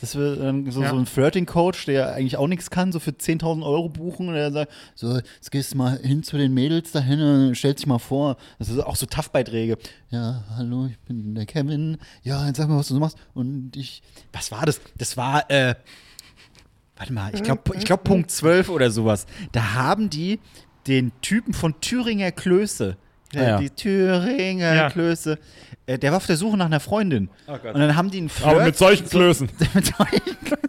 [SPEAKER 5] Das wird ähm, so,
[SPEAKER 3] Ja.
[SPEAKER 5] so ein Flirting-Coach, der eigentlich auch nichts kann, so für 10.000 Euro buchen und der sagt, so, jetzt gehst du mal hin zu den Mädels dahin und stellst dich mal vor. Das ist auch so Tough-Beiträge. Ja, hallo, ich bin der Kevin. Ja, jetzt sag mal, was du so machst. Und ich, was war das? Das war, äh, Warte mal, ich glaube ich glaub Punkt 12 oder sowas. Da haben die den Typen von Thüringer Klöße.
[SPEAKER 1] Ja, Ah, ja.
[SPEAKER 5] Äh, Die Thüringer
[SPEAKER 3] Ja.
[SPEAKER 5] Klöße. Äh, der war auf der Suche nach einer Freundin.
[SPEAKER 1] Oh Gott.
[SPEAKER 5] Und dann haben die einen Flirt.
[SPEAKER 1] Aber mit solchen Klößen.
[SPEAKER 5] mit solchen-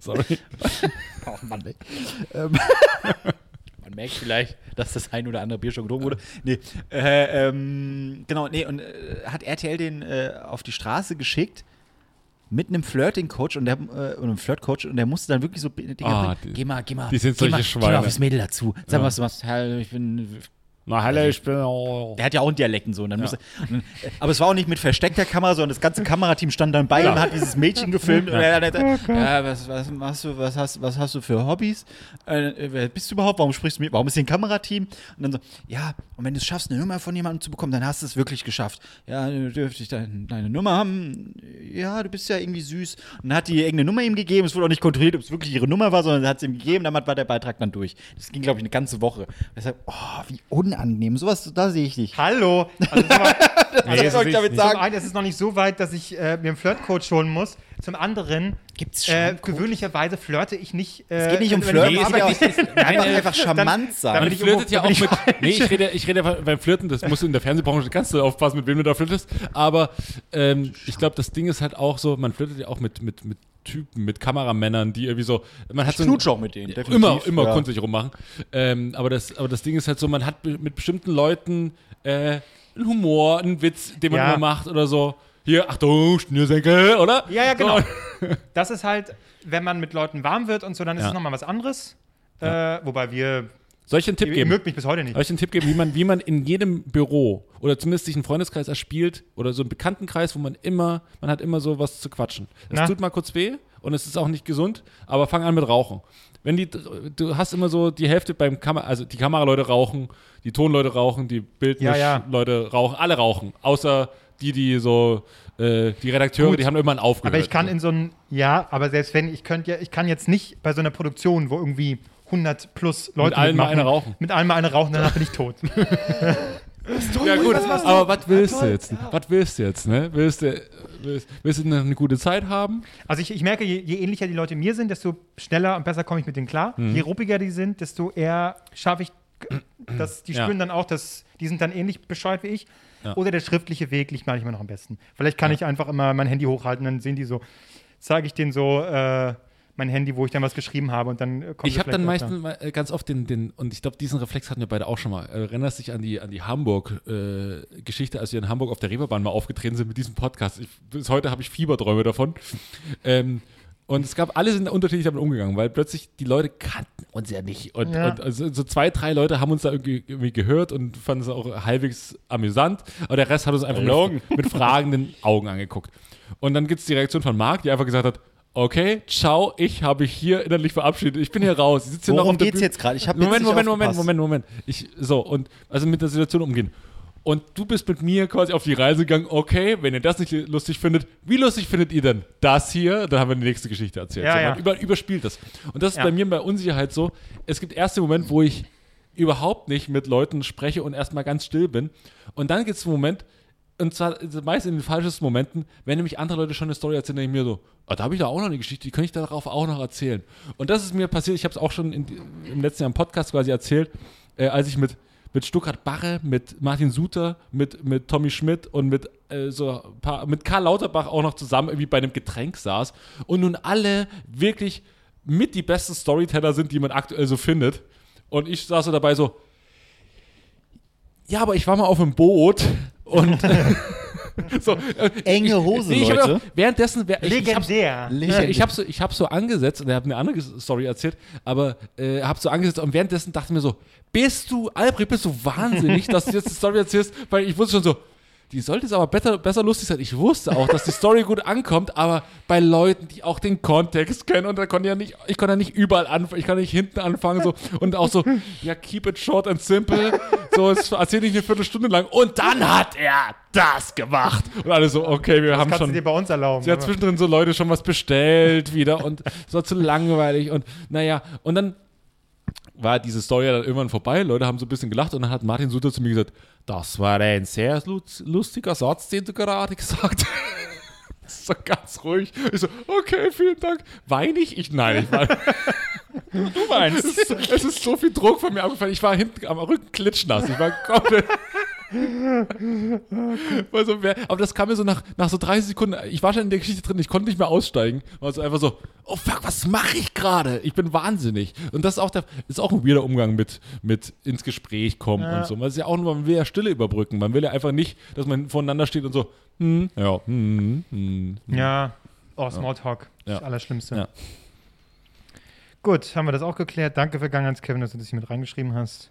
[SPEAKER 1] Sorry.
[SPEAKER 4] Oh Mann, ey. Ähm, Man merkt vielleicht, dass das ein oder andere Bier schon getrunken wurde.
[SPEAKER 5] nee, äh, ähm, genau, nee, und äh, hat RTL den äh, auf die Straße geschickt mit einem Flirting-Coach und, der, äh, und einem Flirt-Coach und der musste dann wirklich so Dinge
[SPEAKER 1] Ah,
[SPEAKER 5] bringen.
[SPEAKER 1] die-
[SPEAKER 5] Geh mal, geh mal.
[SPEAKER 1] die sind
[SPEAKER 5] geh mal,
[SPEAKER 1] solche
[SPEAKER 5] Geh
[SPEAKER 1] Schweine.
[SPEAKER 5] mal auf das Mädel dazu. Sag
[SPEAKER 1] Ja.
[SPEAKER 5] mal, was du machst. Hallo, ich bin
[SPEAKER 1] Na, hallo, ich bin. Oh.
[SPEAKER 5] Der hat ja auch einen Dialekt und so. Und dann musste, und dann, äh, aber es war auch nicht mit versteckter Kamera, sondern das ganze Kamerateam stand dann bei ihm, hat dieses Mädchen gefilmt. Und er hat, gesagt, ja, was, was, machst du, was, hast, was hast du für Hobbys? Äh, äh, wer bist du überhaupt? Warum sprichst du mit? Warum ist hier ein Kamerateam? Und dann so, ja, und wenn du es schaffst, eine Nummer von jemandem zu bekommen, dann hast du es wirklich geschafft. Ja, dürfte ich dein, deine Nummer haben? Ja, du bist ja irgendwie süß. Und dann hat die irgendeine Nummer ihm gegeben. Es wurde auch nicht kontrolliert, ob es wirklich ihre Nummer war, sondern hat es ihm gegeben. Damit war der Beitrag dann durch. Das ging, glaube ich, eine ganze Woche. Deshalb, oh, wie unangenehm. Sowas, da sehe ich dich.
[SPEAKER 3] Hallo! Also, sag mal,
[SPEAKER 1] Nee, das
[SPEAKER 5] soll ich
[SPEAKER 1] ist
[SPEAKER 5] damit
[SPEAKER 1] nicht.
[SPEAKER 5] sagen?
[SPEAKER 3] Zum einen ist es noch nicht so weit, dass ich äh, mir einen Flirtcoach holen muss. Zum anderen,
[SPEAKER 5] Gibt's
[SPEAKER 3] äh,
[SPEAKER 5] Schamcoach?
[SPEAKER 3] gewöhnlicherweise flirte ich nicht. Äh,
[SPEAKER 5] Es geht nicht um
[SPEAKER 3] wenn-
[SPEAKER 5] Flirten,
[SPEAKER 3] wenn ich-
[SPEAKER 5] aber
[SPEAKER 3] wenn ich-
[SPEAKER 5] einfach, einfach charmant
[SPEAKER 1] Man
[SPEAKER 5] sein.
[SPEAKER 3] damit- bin ich
[SPEAKER 1] flirtet ja auch
[SPEAKER 3] irgendwo-
[SPEAKER 1] mit.
[SPEAKER 3] bin ich
[SPEAKER 1] Nee, ich rede, ich rede ja beim Flirten, das musst du in der Fernsehbranche, kannst du aufpassen, mit wem du da flirtest. Aber ähm, ich glaube, das Ding ist halt auch so, man flirtet ja auch mit, mit, mit Typen, mit Kameramännern, die irgendwie so. Man hat so ein,
[SPEAKER 5] Knutsch auch mit denen, definitiv.
[SPEAKER 1] immer, immer
[SPEAKER 5] ja.
[SPEAKER 1] kunstlich rummachen. Ähm, aber, das, aber das Ding ist halt so, man hat be- mit bestimmten Leuten äh, einen Humor, einen Witz, den man
[SPEAKER 3] Ja.
[SPEAKER 1] immer macht oder so. Hier, Achtung, Schnürsenkel, oder?
[SPEAKER 3] Ja, ja, genau.
[SPEAKER 1] So.
[SPEAKER 3] Das ist halt, wenn man mit Leuten warm wird und so, dann ist
[SPEAKER 1] Ja.
[SPEAKER 3] es nochmal was anderes. Äh, wobei wir,
[SPEAKER 1] Soll ich einen Tipp
[SPEAKER 3] ihr, ihr
[SPEAKER 1] geben?
[SPEAKER 3] mögt mich bis heute nicht.
[SPEAKER 1] Soll ich einen Tipp geben, wie man, wie man in jedem Büro oder zumindest sich einen Freundeskreis erspielt oder so einen Bekanntenkreis, wo man immer, man hat immer so was zu quatschen. Es
[SPEAKER 3] Na?
[SPEAKER 1] tut mal kurz weh und es ist auch nicht gesund, aber fang an mit Rauchen. Wenn die, du hast immer so die Hälfte beim Kamera, also die Kameraleute rauchen, die Tonleute rauchen, die
[SPEAKER 3] Ja, ja.
[SPEAKER 1] Bildleute rauchen, alle rauchen, außer die, die so, äh, die Redakteure,
[SPEAKER 3] Gut.
[SPEAKER 1] die haben irgendwann aufgehört.
[SPEAKER 3] Aber ich kann in so einem, ja, aber selbst wenn, ich könnte ja, ich kann jetzt nicht bei so einer Produktion, wo irgendwie 100 plus Leute
[SPEAKER 1] Mit allen mal
[SPEAKER 3] mitmachen,
[SPEAKER 1] eine rauchen.
[SPEAKER 3] Mit allen mal eine rauchen, danach bin ich tot.
[SPEAKER 1] Ja gut, aber was willst du jetzt? Was willst du jetzt, ne? Willst du, willst, willst du eine, eine gute Zeit haben?
[SPEAKER 3] Also ich, ich merke, je, je ähnlicher die Leute mir sind, desto schneller und besser komme ich mit denen klar.
[SPEAKER 1] Mhm.
[SPEAKER 3] Je ruppiger die sind, desto eher schaffe ich, äh, dass die
[SPEAKER 1] Ja.
[SPEAKER 3] spüren dann auch, dass die sind dann ähnlich bescheuert wie ich.
[SPEAKER 1] Ja.
[SPEAKER 3] Oder der schriftliche Weg liegt manchmal noch am besten. Vielleicht kann ich einfach immer mein Handy hochhalten, dann sehen die so, zeige ich denen so äh, mein Handy, wo ich dann was geschrieben habe und dann äh, kommen
[SPEAKER 1] Ich
[SPEAKER 3] sie
[SPEAKER 1] habe dann
[SPEAKER 3] vielleicht auch
[SPEAKER 1] meistens mal, äh, ganz oft den, den und ich glaube, diesen Reflex hatten wir beide auch schon mal. Äh, Erinnerst dich an die, an die Hamburg-Geschichte, als wir in Hamburg auf der Reeperbahn mal aufgetreten sind mit diesem Podcast? Ich, bis heute habe ich Fieberträume davon. Ähm, und es gab, alle sind unterschiedlich damit umgegangen, weil plötzlich die Leute kannten uns ja nicht. Und,
[SPEAKER 3] Ja.
[SPEAKER 1] und also so zwei, drei Leute haben uns da irgendwie, irgendwie gehört und fanden es auch halbwegs amüsant. Aber der Rest hat uns einfach mit, mit fragenden Augen angeguckt. Und dann gibt es die Reaktion von Marc, die einfach gesagt hat, Okay, ciao, ich habe mich hier innerlich verabschiedet. Ich bin hier raus. Ich sitze hier noch
[SPEAKER 5] Worum
[SPEAKER 1] auf der
[SPEAKER 5] geht's
[SPEAKER 1] Bühne.
[SPEAKER 5] jetzt gerade? Ich hab jetzt
[SPEAKER 1] Moment,
[SPEAKER 5] nicht
[SPEAKER 1] Moment, Moment,
[SPEAKER 5] aufgepasst.
[SPEAKER 1] Moment, Moment. Ich, so, und also mit der Situation umgehen. Und du bist mit mir quasi auf die Reise gegangen. Okay, wenn ihr das nicht lustig findet, wie lustig findet ihr denn das hier? Dann haben wir die nächste Geschichte erzählt.
[SPEAKER 3] Ja,
[SPEAKER 1] so,
[SPEAKER 3] ja.
[SPEAKER 1] Man über, überspielt das. Und das ist
[SPEAKER 3] Ja.
[SPEAKER 1] bei mir bei Unsicherheit so. Es gibt erst den Moment, wo ich überhaupt nicht mit Leuten spreche und erstmal ganz still bin. Und dann gibt es einen Moment, Und zwar also meist in den falschesten Momenten, wenn nämlich andere Leute schon eine Story erzählen, denke ich mir so, ah, da habe ich da auch noch eine Geschichte, die könnte ich darauf auch noch erzählen. Und das ist mir passiert, ich habe es auch schon in, im letzten Jahr im Podcast quasi erzählt, äh, als ich mit, mit Stuttgart Barre, mit Martin Suter, mit, mit Tommy Schmidt und mit, äh, so ein paar, mit Karl Lauterbach auch noch zusammen irgendwie bei einem Getränk saß und nun alle wirklich mit die besten Storyteller sind, die man aktuell so findet. Und ich saß so dabei so, ja, aber ich war mal auf dem Boot und so, äh,
[SPEAKER 5] Enge Hose,
[SPEAKER 1] ich hab
[SPEAKER 5] Leute. Äh,
[SPEAKER 1] auch- währenddessen, wär- ich, ich hab's,
[SPEAKER 3] Legendär.
[SPEAKER 1] ne, ich hab's, so- ich hab's so angesetzt und er hat eine andere Story erzählt, aber äh, hab's so angesetzt und währenddessen dachte ich mir so, bist du, Albrecht, bist du wahnsinnig, dass du jetzt die Story erzählst, weil ich wusste schon so, die sollte jetzt aber besser, besser lustig sein. Ich wusste auch, dass die Story gut ankommt, aber bei Leuten, die auch den Kontext kennen und da konnte ja nicht, ich konnte ja nicht überall anfangen, ich kann nicht hinten anfangen so und auch so, ja, keep it short and simple. So, es erzähle ich eine Viertelstunde lang und dann hat er das gemacht. Und alle so, okay, wir haben
[SPEAKER 3] Kannst
[SPEAKER 1] schon.
[SPEAKER 3] du dir bei uns erlauben.
[SPEAKER 1] Sie hat zwischendrin so Leute schon was bestellt wieder und es war zu langweilig und naja, und dann war diese Story ja dann irgendwann vorbei, Leute haben so ein bisschen gelacht und dann hat Martin Suter zu mir gesagt, das war ein sehr lu- lustiger Satz, den du gerade gesagt hast. So ganz ruhig. Ich so, okay, vielen Dank. Weine ich? Ich nein, ich weine. Du weinst. Es ist, so- es ist so viel Druck von mir abgefallen. Ich war hinten am Rücken klitschnass. Ich war komplett. Weil so wer- aber das kam mir so nach, nach so 30 Sekunden. Ich war schon in der Geschichte drin, ich konnte nicht mehr aussteigen. War so einfach so, oh fuck, was mache ich gerade? Ich bin wahnsinnig. Und das ist auch, der, ist auch ein weirder Umgang mit, mit ins Gespräch kommen und so. Man, ist ja auch, nur- man will ja Stille überbrücken. Man will ja einfach nicht, dass man voneinander steht und so, hm, ja, hm, hm.
[SPEAKER 3] Ja. Oh, Smalltalk. Das ist
[SPEAKER 1] Ja.
[SPEAKER 3] das Allerschlimmste.
[SPEAKER 1] Ja.
[SPEAKER 3] Gut, haben wir das auch geklärt. Danke Vergangenheit, Kevin, dass du das hier mit reingeschrieben hast.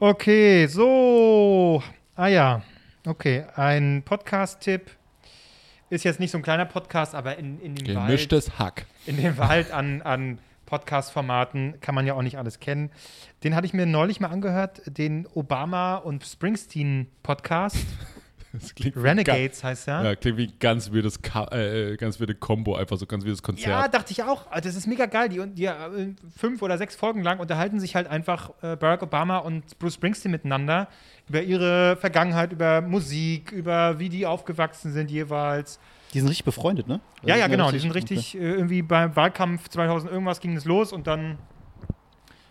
[SPEAKER 3] Okay, so. Ah ja. Okay, ein Podcast-Tipp. Ist jetzt nicht so ein kleiner Podcast, aber in, in dem Wald.
[SPEAKER 1] Gemischtes Hack.
[SPEAKER 3] in dem Wald an, an Podcast-Formaten kann man ja auch nicht alles kennen. Den hatte ich mir neulich mal angehört, den Obama und Springsteen-Podcast.
[SPEAKER 1] Das klingt wie ein
[SPEAKER 3] Renegades heißt
[SPEAKER 5] Ah?
[SPEAKER 1] ga-
[SPEAKER 3] er.
[SPEAKER 1] Ja, klingt wie ein ganz wildes, Ka äh, äh, ganz wilde Combo, einfach so ganz wildes Konzert.
[SPEAKER 3] Ja, dachte ich auch. Ah, Das ist mega geil. Die, die äh, fünf oder sechs Folgen lang unterhalten sich halt einfach äh, Barack Obama und Bruce Springsteen miteinander über ihre Vergangenheit, über Musik, über wie die aufgewachsen sind jeweils.
[SPEAKER 5] Die sind richtig befreundet, ne?
[SPEAKER 3] Ja, ja, genau. Die sind richtig äh, irgendwie beim Wahlkampf 2000 irgendwas ging es los und dann.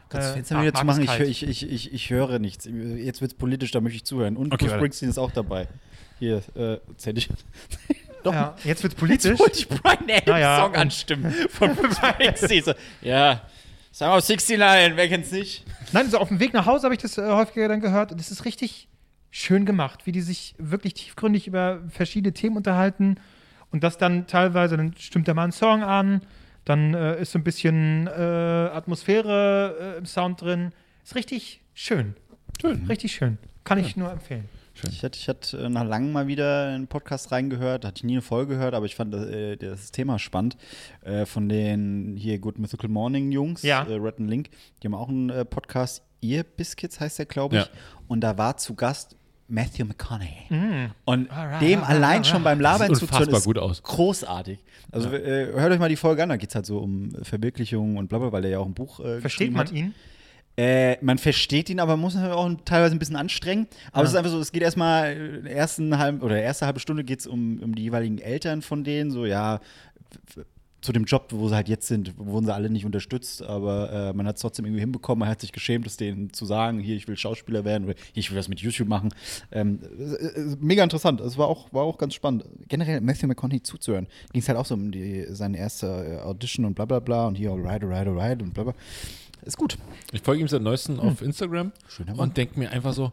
[SPEAKER 5] Kannst du
[SPEAKER 3] äh,
[SPEAKER 5] das Fenster mal wieder
[SPEAKER 3] ach,
[SPEAKER 5] zu
[SPEAKER 3] Markus
[SPEAKER 5] machen? Ich,
[SPEAKER 3] Kalt.
[SPEAKER 5] hör- ich, ich, ich, ich höre nichts. Jetzt wird's politisch, da möchte ich zuhören. Und
[SPEAKER 1] Okay,
[SPEAKER 5] Bruce
[SPEAKER 1] warte.
[SPEAKER 5] Springsteen ist auch dabei. Hier, äh, zähl ich. Doch,
[SPEAKER 3] Ja, jetzt wird's politisch.
[SPEAKER 4] Wollte ich Brian Adams
[SPEAKER 3] Naja,
[SPEAKER 4] Song
[SPEAKER 3] und-
[SPEAKER 4] anstimmen von Springsteen. So, ja, Summer of 69, wer kennt's nicht?
[SPEAKER 3] Nein, so auf dem Weg nach Hause habe ich das äh, häufiger dann gehört und es ist richtig schön gemacht, wie die sich wirklich tiefgründig über verschiedene Themen unterhalten und das dann teilweise, dann stimmt da mal ein Song an, dann äh, ist so ein bisschen äh, Atmosphäre äh, im Sound drin. Ist richtig schön. Schön. Richtig schön. Kann ich nur empfehlen.
[SPEAKER 5] Ich hatte, ich hatte äh, nach langem mal wieder einen Podcast reingehört, hatte ich nie eine Folge gehört, aber ich fand das, äh, das Thema spannend. Äh, von den hier Good Mythical Morning Jungs,
[SPEAKER 3] Ja.
[SPEAKER 5] äh, Red and Link, die haben auch einen äh, Podcast, Ihr Biscuits heißt der, glaube ich.
[SPEAKER 1] Ja.
[SPEAKER 5] Und da war zu Gast Matthew McConaughey.
[SPEAKER 1] Mm.
[SPEAKER 4] Und
[SPEAKER 5] Dem allein schon beim Labern
[SPEAKER 1] Sieht
[SPEAKER 5] zuzuhören
[SPEAKER 1] unfassbar
[SPEAKER 5] ist
[SPEAKER 1] gut aus.
[SPEAKER 5] großartig. Also äh, hört euch mal die Folge an, da geht es halt so um Verwirklichung und bla bla, weil der ja auch ein Buch äh,
[SPEAKER 3] Versteht
[SPEAKER 5] geschrieben
[SPEAKER 3] man
[SPEAKER 5] hat.
[SPEAKER 3] ihn?
[SPEAKER 5] Äh, man versteht ihn, aber man muss ihn halt auch teilweise ein bisschen anstrengen. Aber es ist einfach so, es geht erstmal äh, in der ersten halben oder erste halbe Stunde geht es um, um die jeweiligen Eltern von denen, so ja, f- f- zu dem Job, wo sie halt jetzt sind, wurden sie alle nicht unterstützt, aber äh, man hat es trotzdem irgendwie hinbekommen, man hat sich geschämt, es denen zu sagen, hier, ich will Schauspieler werden oder hier, ich will das mit YouTube machen. Ähm, äh, äh, mega interessant, es war auch, war auch ganz spannend. Generell Matthew McConaughey zuzuhören, ging es halt auch so um die, seine erste äh, Audition und bla bla bla und hier, alright, alright, alright und bla bla. Ist gut.
[SPEAKER 1] Ich folge ihm seit neuestem auf Instagram
[SPEAKER 5] hm. Schöner Mann.
[SPEAKER 1] und denke mir einfach so,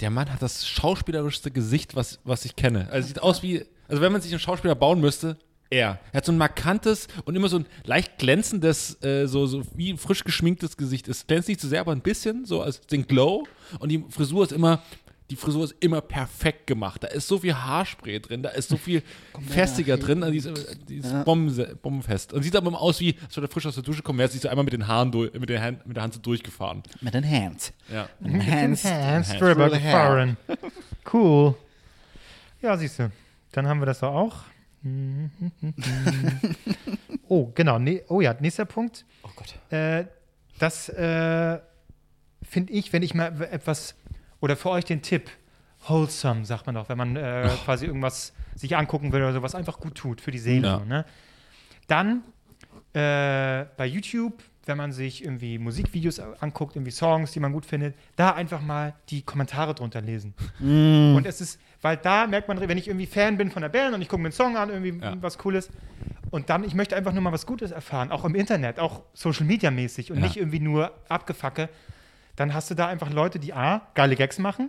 [SPEAKER 1] der Mann hat das schauspielerischste Gesicht, was, was ich kenne. Also sieht aus wie, also wenn man sich einen Schauspieler bauen müsste, er. Er hat so ein markantes und immer so ein leicht glänzendes, äh, so, so wie ein frisch geschminktes Gesicht. Es glänzt nicht zu sehr, aber ein bisschen, so als den Glow. Und die Frisur ist immer, die Frisur ist immer perfekt gemacht. Da ist so viel Haarspray drin, da ist so viel festiger drin. Also die ist, die ist bombense- bombenfest. Und sieht aber immer aus wie, als würde er frisch aus der Dusche kommen, wäre sich so einmal mit den Haaren, durch, mit, der Hand, mit der Hand so durchgefahren.
[SPEAKER 5] Mit den Hands.
[SPEAKER 1] Ja.
[SPEAKER 5] Mit den Mhm. Hands.
[SPEAKER 3] Hans Ströberg
[SPEAKER 5] Through the hair.
[SPEAKER 3] gefahren. Cool. Ja, siehst du. Dann haben wir das doch auch.
[SPEAKER 5] Mhm.
[SPEAKER 3] oh, genau. Nee, oh ja, nächster Punkt.
[SPEAKER 5] Oh Gott.
[SPEAKER 3] Äh, das äh, finde ich, wenn ich mal w- etwas, oder für euch den Tipp, wholesome, sagt man doch, wenn man äh, quasi irgendwas sich angucken will oder sowas einfach gut tut für die Seele.
[SPEAKER 1] Ja.
[SPEAKER 3] so, Ne? Dann äh, bei YouTube, wenn man sich irgendwie Musikvideos anguckt, irgendwie Songs, die man gut findet, da einfach mal die Kommentare drunter lesen.
[SPEAKER 1] Mm.
[SPEAKER 3] Und es ist, weil da merkt man, wenn ich irgendwie Fan bin von der Band und ich gucke mir einen Song an, irgendwie
[SPEAKER 1] Ja.
[SPEAKER 3] was Cooles. Und dann, ich möchte einfach nur mal was Gutes erfahren, auch im Internet, auch Social Media mäßig und
[SPEAKER 1] Ja.
[SPEAKER 3] nicht irgendwie nur abgefacke. Dann hast du da einfach Leute, die A, geile Gags machen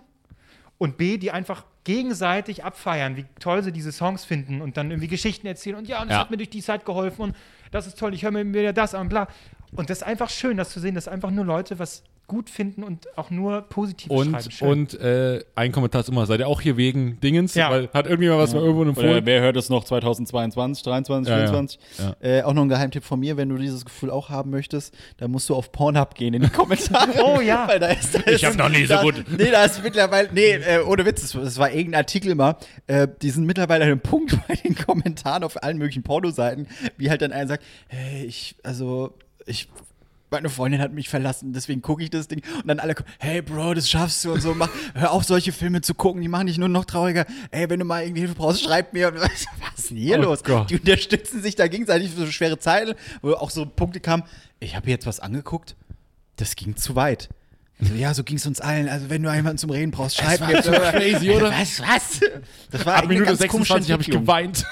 [SPEAKER 3] und B, die einfach gegenseitig abfeiern, wie toll sie diese Songs finden und dann irgendwie Geschichten erzählen und ja, und es
[SPEAKER 1] Ja.
[SPEAKER 3] hat mir durch die Zeit geholfen und das ist toll, ich höre mir wieder das an, bla. Und das ist einfach schön, das zu sehen, dass einfach nur Leute was gut finden und auch nur positiv schreiben.
[SPEAKER 1] Und,
[SPEAKER 3] Schön.
[SPEAKER 1] und äh, ein Kommentar ist immer, seid ihr auch hier wegen Dingens?
[SPEAKER 3] Ja.
[SPEAKER 1] Weil hat irgendjemand was mal irgendwo
[SPEAKER 4] Oder
[SPEAKER 1] empfohlen?
[SPEAKER 4] wer hört es noch 2022, 23,
[SPEAKER 1] Ja, ja.
[SPEAKER 4] 24?
[SPEAKER 1] Ja.
[SPEAKER 5] Äh, auch noch ein Geheimtipp von mir, wenn du dieses Gefühl auch haben möchtest, dann musst du auf Pornhub gehen in die Kommentare.
[SPEAKER 3] Oh ja.
[SPEAKER 5] Weil da ist, da
[SPEAKER 1] Ich
[SPEAKER 5] ist-
[SPEAKER 1] hab noch nie so
[SPEAKER 5] da,
[SPEAKER 1] gut-
[SPEAKER 5] Nee, da ist mittlerweile, nee, äh, ohne Witz, es- es war irgendein Artikel mal, äh, die sind mittlerweile an einem Punkt bei den Kommentaren auf allen möglichen Pornoseiten, wie halt dann einer sagt, hey, ich, also, ich, meine Freundin hat mich verlassen, deswegen gucke ich das Ding. Und dann alle kommen, hey Bro, das schaffst du und so, mach, hör auf, solche Filme zu gucken, die machen dich nur noch trauriger. Ey, wenn du mal irgendwie Hilfe brauchst, schreib mir. Und was, was ist denn hier
[SPEAKER 1] Oh
[SPEAKER 5] los?
[SPEAKER 1] Gott.
[SPEAKER 5] Die unterstützen sich da gegenseitig für so schwere Zeiten, wo auch so Punkte kamen, ich habe jetzt was angeguckt, das ging zu weit. Also, ja, so ging es uns allen. Also, wenn du jemanden zum Reden brauchst, schreib mir.
[SPEAKER 1] crazy, oder?
[SPEAKER 5] Was, was? Das war
[SPEAKER 1] Ab
[SPEAKER 5] eine
[SPEAKER 1] Minute
[SPEAKER 5] ganz komische
[SPEAKER 1] 26 habe ich
[SPEAKER 5] Entwicklung.
[SPEAKER 1] geweint.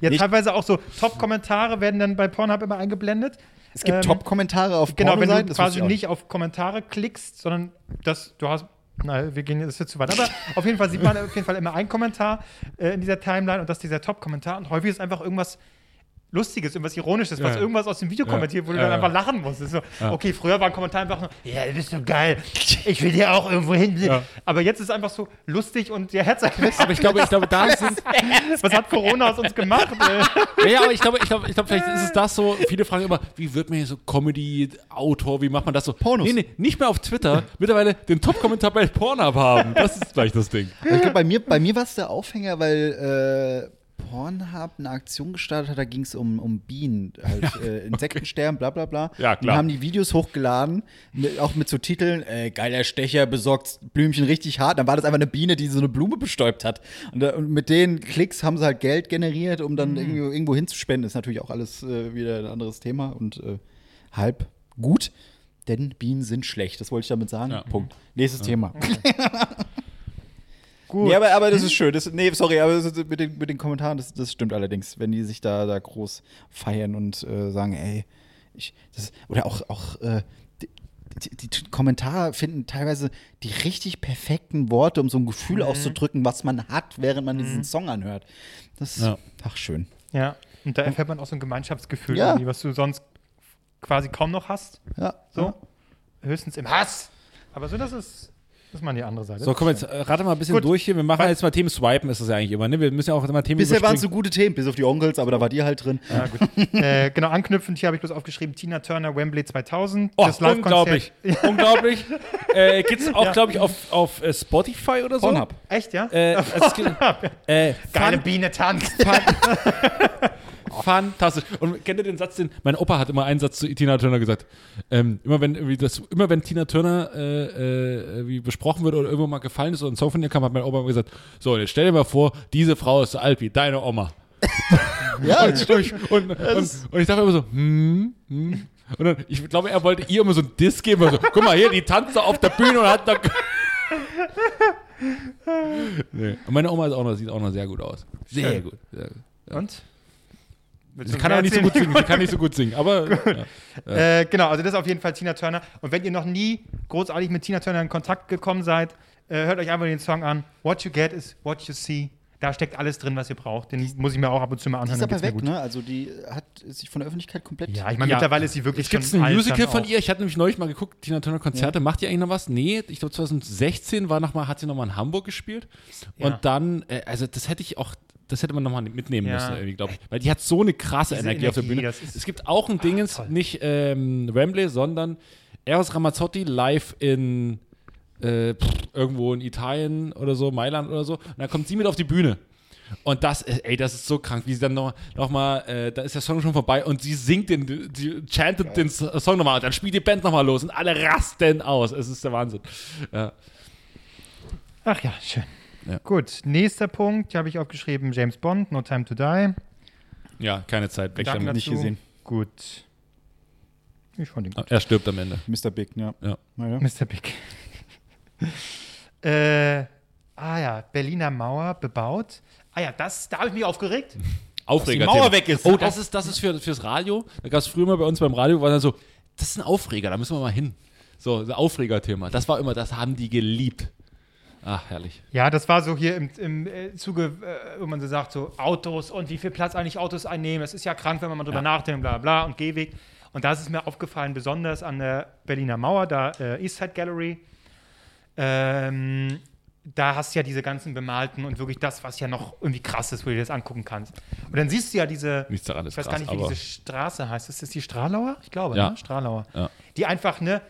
[SPEAKER 3] Ja, teilweise auch so Top-Kommentare werden dann bei Pornhub immer eingeblendet. Ähm,
[SPEAKER 5] Es
[SPEAKER 1] Ähm,
[SPEAKER 5] gibt Top-Kommentare auf
[SPEAKER 3] Genau, wenn du
[SPEAKER 5] Pornoseiten, das wusste
[SPEAKER 3] quasi
[SPEAKER 5] ich auch
[SPEAKER 3] nicht auf Kommentare klickst, sondern das, du hast. Nein, wir gehen das ist jetzt zu weit. Aber auf jeden Fall sieht man auf jeden Fall immer einen Kommentar äh, in dieser Timeline und das ist dieser Top-Kommentar. Und häufig ist einfach irgendwas Lustiges, irgendwas Ironisches, was
[SPEAKER 1] Ja.
[SPEAKER 3] irgendwas aus dem Video
[SPEAKER 1] Ja.
[SPEAKER 3] kommentiert, wo du
[SPEAKER 1] Ja,
[SPEAKER 3] dann
[SPEAKER 1] ja.
[SPEAKER 3] einfach lachen musst. Das Ist so, Okay, früher war ein Kommentar einfach nur, ja, du bist so geil, ich will dir auch irgendwo hin. Aber jetzt ist es einfach so lustig und ihr Herz
[SPEAKER 1] Aber ich glaube, ich glaube, da sind.
[SPEAKER 3] Was hat Corona aus uns gemacht? äh?
[SPEAKER 1] Ja,
[SPEAKER 3] ey?
[SPEAKER 1] ja, aber ich glaube, ich glaube, ich glaube, vielleicht ist es das so. Viele fragen immer, wie wird man hier so Comedy-Autor, wie macht man das so?
[SPEAKER 5] Pornos.
[SPEAKER 1] Nee, nee, nicht mehr auf Twitter. Mittlerweile den Top-Kommentar bei Pornhub haben. Das ist gleich das Ding.
[SPEAKER 5] Aber Ich glaube, bei mir, bei mir war es der Aufhänger, weil äh, Pornhub eine Aktion gestartet hat, da ging es um, um Bienen, halt, äh, Insektensterben, bla bla bla.
[SPEAKER 1] Ja, klar.
[SPEAKER 5] Und haben die Videos hochgeladen, mit, auch mit so Titeln, äh, geiler Stecher besorgt Blümchen richtig hart. Dann war das einfach eine Biene, die so eine Blume bestäubt hat. Und, da- und mit den Klicks haben sie halt Geld generiert, um
[SPEAKER 1] Mhm.
[SPEAKER 5] dann irgendwo, irgendwo hinzuspenden. Ist natürlich auch alles äh, wieder ein anderes Thema und äh, halb gut. Denn Bienen sind schlecht, das wollte ich damit sagen.
[SPEAKER 1] Ja.
[SPEAKER 5] Punkt. Nächstes Thema.
[SPEAKER 3] Gut.
[SPEAKER 5] Nee, aber, aber das ist schön. Das, nee, sorry, aber das, ist- mit, den, mit den Kommentaren, das, das stimmt allerdings, wenn die sich da, da groß feiern und äh, sagen, ey, ich, das, oder auch, auch äh, die, die, die Kommentare finden teilweise die richtig perfekten Worte, um so ein Gefühl
[SPEAKER 3] Mhm.
[SPEAKER 5] auszudrücken, was man hat, während man diesen Song anhört. Das ist,
[SPEAKER 1] Ja.
[SPEAKER 5] ach, schön.
[SPEAKER 3] Ja, und da erfährt man auch so ein Gemeinschaftsgefühl,
[SPEAKER 5] Ja.
[SPEAKER 3] irgendwie, was du sonst quasi kaum noch hast.
[SPEAKER 5] Ja,
[SPEAKER 3] So. Höchstens im Hass. Aber so, das ist, das ist mal die andere Seite.
[SPEAKER 1] So, komm jetzt, äh, rate mal ein bisschen
[SPEAKER 3] Ne? Gut.
[SPEAKER 1] durch hier. Wir machen jetzt mal Themen swipen, ist das ja eigentlich immer. Ne? Wir müssen ja auch immer Themen
[SPEAKER 5] Bisher waren es so
[SPEAKER 1] überspringen.
[SPEAKER 5] gute Themen, bis auf die Onkels, aber da war dir halt drin.
[SPEAKER 3] Ja, gut. äh, genau, anknüpfend hier habe ich bloß aufgeschrieben: Tina Turner, Wembley 2000.
[SPEAKER 1] Oh,
[SPEAKER 3] Live-Konzert-
[SPEAKER 1] unglaublich. unglaublich. Äh, Gibt es auch, glaube ich, auf, auf äh, Spotify oder so?
[SPEAKER 4] Pornhub.
[SPEAKER 3] Echt, ja?
[SPEAKER 1] Äh, es gibt- äh,
[SPEAKER 3] Geile
[SPEAKER 1] Fun-
[SPEAKER 3] Biene tanzt.
[SPEAKER 1] Fantastisch. Und kennt ihr den Satz, den mein Opa hat immer einen Satz zu Tina Turner gesagt. Ähm, immer wenn irgendwie das, immer wenn Tina Turner äh, äh, wie besprochen wird oder irgendwo mal gefallen ist oder ein Song von ihr kam, hat mein Opa immer gesagt: So, und jetzt stell dir mal vor, diese Frau ist so alt wie deine Oma.
[SPEAKER 5] Ja,
[SPEAKER 1] Und, und, und ich dachte immer so, hm, hm. Und dann, ich glaube, er wollte ihr immer so einen Diss geben. Also, guck mal hier, die tanzt da auf der Bühne und hat da. nee. Und meine Oma ist auch noch, sieht auch noch sehr gut aus. Sehr
[SPEAKER 3] Schön.
[SPEAKER 1] gut. Sehr gut.
[SPEAKER 3] Und?
[SPEAKER 1] Sie kann auch nicht so gut singen, sie kann nicht so gut singen, aber. Ja.
[SPEAKER 3] Äh, genau, also das ist auf jeden Fall Tina Turner. Und wenn ihr noch nie großartig mit Tina Turner in Kontakt gekommen seid, äh, hört euch einfach den Song an. What you get is what you see. Da steckt alles drin, was ihr braucht. Den muss ich mir auch ab und zu mal
[SPEAKER 5] die
[SPEAKER 3] anhören.
[SPEAKER 5] ist
[SPEAKER 3] dann
[SPEAKER 5] aber
[SPEAKER 3] geht's mir
[SPEAKER 5] weg,
[SPEAKER 3] gut.
[SPEAKER 5] ne? Also die hat sich von der Öffentlichkeit komplett.
[SPEAKER 3] Ja, ich meine,
[SPEAKER 1] Ja.
[SPEAKER 3] mittlerweile ist sie wirklich
[SPEAKER 1] Gibt es
[SPEAKER 3] schon
[SPEAKER 1] ein
[SPEAKER 3] alt
[SPEAKER 1] Musical
[SPEAKER 3] dann
[SPEAKER 1] von
[SPEAKER 3] auch.
[SPEAKER 1] ihr? Ich hatte nämlich neulich mal geguckt, Tina Turner Konzerte. Macht die eigentlich noch was? Nee, ich glaube 2016 war noch mal, hat sie noch mal in Hamburg gespielt.
[SPEAKER 3] Ja.
[SPEAKER 1] Und dann, äh, also das hätte ich auch, das hätte man noch mal mitnehmen
[SPEAKER 3] Ja.
[SPEAKER 1] müssen, irgendwie, glaube ich. Weil die hat so eine krasse
[SPEAKER 3] Diese
[SPEAKER 1] Energie, auf der
[SPEAKER 3] Energie,
[SPEAKER 1] Bühne.
[SPEAKER 3] das ist- Ah,
[SPEAKER 1] Es gibt auch ein Dingens, nicht ähm, Wembley, sondern Eros Ramazzotti live in äh, pff, irgendwo in Italien oder so, Mailand oder so. Und dann kommt sie mit auf die Bühne. Und das, äh, ey, das ist so krank, wie sie dann nochmal, noch mal, äh, da ist der Song schon vorbei und sie singt den, sie chantet den S- äh, Song nochmal und dann spielt die Band nochmal los und alle rasten aus. Es ist der Wahnsinn. Ja.
[SPEAKER 3] Ach ja, schön.
[SPEAKER 1] Ja.
[SPEAKER 3] Gut, nächster Punkt, hier habe ich aufgeschrieben, James Bond, No Time to Die.
[SPEAKER 1] Ja, keine Zeit. Weg
[SPEAKER 3] Gedanken
[SPEAKER 1] damit.
[SPEAKER 5] nicht
[SPEAKER 3] dazu.
[SPEAKER 5] gesehen.
[SPEAKER 3] Gut. Ich fand ihn gut.
[SPEAKER 1] Er stirbt am Ende.
[SPEAKER 5] Mr. Big, ja.
[SPEAKER 1] Ja.
[SPEAKER 5] Naja.
[SPEAKER 3] Mr. Big. äh, ah ja, Berliner Mauer bebaut. Ah ja, das, da habe ich mich aufgeregt.
[SPEAKER 1] Aufreger.
[SPEAKER 2] Mauer weg ist.
[SPEAKER 1] Oh, das ist, das ist für, fürs Radio. Da gab es früher mal bei uns beim Radio, war dann so, das ist ein Aufreger, da müssen wir mal hin. So, ein Aufregerthema. Das war immer, das haben die geliebt. Ach, herrlich.
[SPEAKER 3] Ja, das war so hier im, im äh, Zuge, äh, wo man so sagt, so Autos und wie viel Platz eigentlich Autos einnehmen. Das ist ja krank, wenn man mal drüber nachdenkt, bla bla und Gehweg. Und da ist es mir aufgefallen, besonders an der Berliner Mauer, da äh, East Side Gallery. Ähm, da hast du ja diese ganzen bemalten und wirklich das, was ja noch irgendwie krass ist, wo du dir das angucken kannst. Und dann siehst du ja diese,
[SPEAKER 1] Nichts daran ist
[SPEAKER 3] ich weiß
[SPEAKER 1] krass,
[SPEAKER 3] gar nicht, wie
[SPEAKER 1] aber-
[SPEAKER 3] diese Straße heißt. Ist das die Stralauer? Ich glaube,
[SPEAKER 1] Ja.
[SPEAKER 3] ne? Stralauer.
[SPEAKER 1] Ja.
[SPEAKER 3] Die einfach, ne,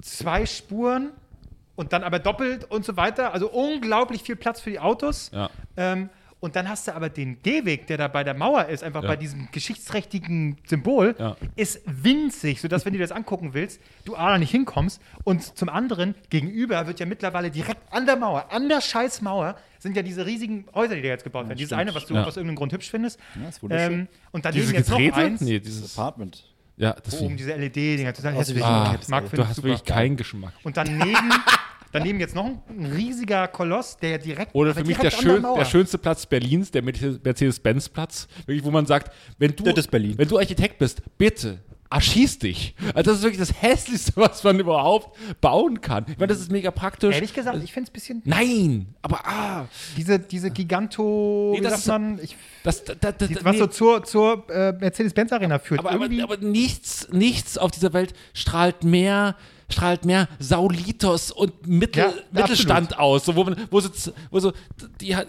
[SPEAKER 3] zwei Spuren und dann aber doppelt und so weiter. Also unglaublich viel Platz für die Autos.
[SPEAKER 1] Ja.
[SPEAKER 3] Ähm, und dann hast du aber den Gehweg, der da bei der Mauer ist, einfach
[SPEAKER 1] Ja.
[SPEAKER 3] bei diesem geschichtsträchtigen Symbol,
[SPEAKER 1] Ja.
[SPEAKER 3] ist winzig, sodass, wenn du dir das angucken willst, du A, da nicht hinkommst. Und zum anderen, gegenüber wird ja mittlerweile direkt an der Mauer, an der Scheißmauer, sind ja diese riesigen Häuser, die da jetzt gebaut werden. Dieses eine, was du
[SPEAKER 1] Ja.
[SPEAKER 3] aus irgendeinem Grund hübsch findest.
[SPEAKER 5] Ja, ist wunderschön.
[SPEAKER 3] ähm, und daneben
[SPEAKER 1] Diese
[SPEAKER 3] jetzt noch
[SPEAKER 1] Geräte?
[SPEAKER 3] eins.
[SPEAKER 1] Nee, dieses.
[SPEAKER 5] Apartment.
[SPEAKER 1] Ja, das
[SPEAKER 3] Oben diese E LED-Dinger, total
[SPEAKER 5] Aus wie
[SPEAKER 3] hässlich.
[SPEAKER 5] so ein
[SPEAKER 1] Ah,
[SPEAKER 5] Caps,
[SPEAKER 3] Marc
[SPEAKER 5] ey.
[SPEAKER 1] Du
[SPEAKER 3] findet
[SPEAKER 1] hast
[SPEAKER 3] super.
[SPEAKER 1] wirklich keinen Geschmack.
[SPEAKER 3] Und daneben, daneben jetzt noch ein, ein riesiger Koloss, der direkt
[SPEAKER 1] Oder für mich
[SPEAKER 3] direkt
[SPEAKER 1] der,
[SPEAKER 3] an der
[SPEAKER 1] schön,
[SPEAKER 3] Mauer.
[SPEAKER 1] der schönste Platz Berlins, der Merce- Mercedes-Benz-Platz, wirklich, wo man sagt, wenn du,
[SPEAKER 5] Das ist Berlin.
[SPEAKER 1] wenn du Architekt bist, bitte. Erschieß dich. Also das ist wirklich das Hässlichste, was man überhaupt bauen kann. Ich meine, das ist mega praktisch.
[SPEAKER 3] Ehrlich gesagt, ich finde es ein bisschen.
[SPEAKER 1] Nein, aber ah,
[SPEAKER 3] Diese, diese Giganto.
[SPEAKER 1] Nee, das ist-
[SPEAKER 3] man, ich,
[SPEAKER 1] das, das, das,
[SPEAKER 3] die- was
[SPEAKER 1] nee.
[SPEAKER 3] so zur, zur äh, Mercedes-Benz-Arena führt.
[SPEAKER 1] aber, aber,
[SPEAKER 3] Irgendwie
[SPEAKER 1] aber nichts, nichts auf dieser Welt strahlt mehr, strahlt mehr Saulitos und Mittel,
[SPEAKER 3] Ja,
[SPEAKER 1] Mittelstand aus. So, wo, man, wo, sie, z- wo so, die, hat-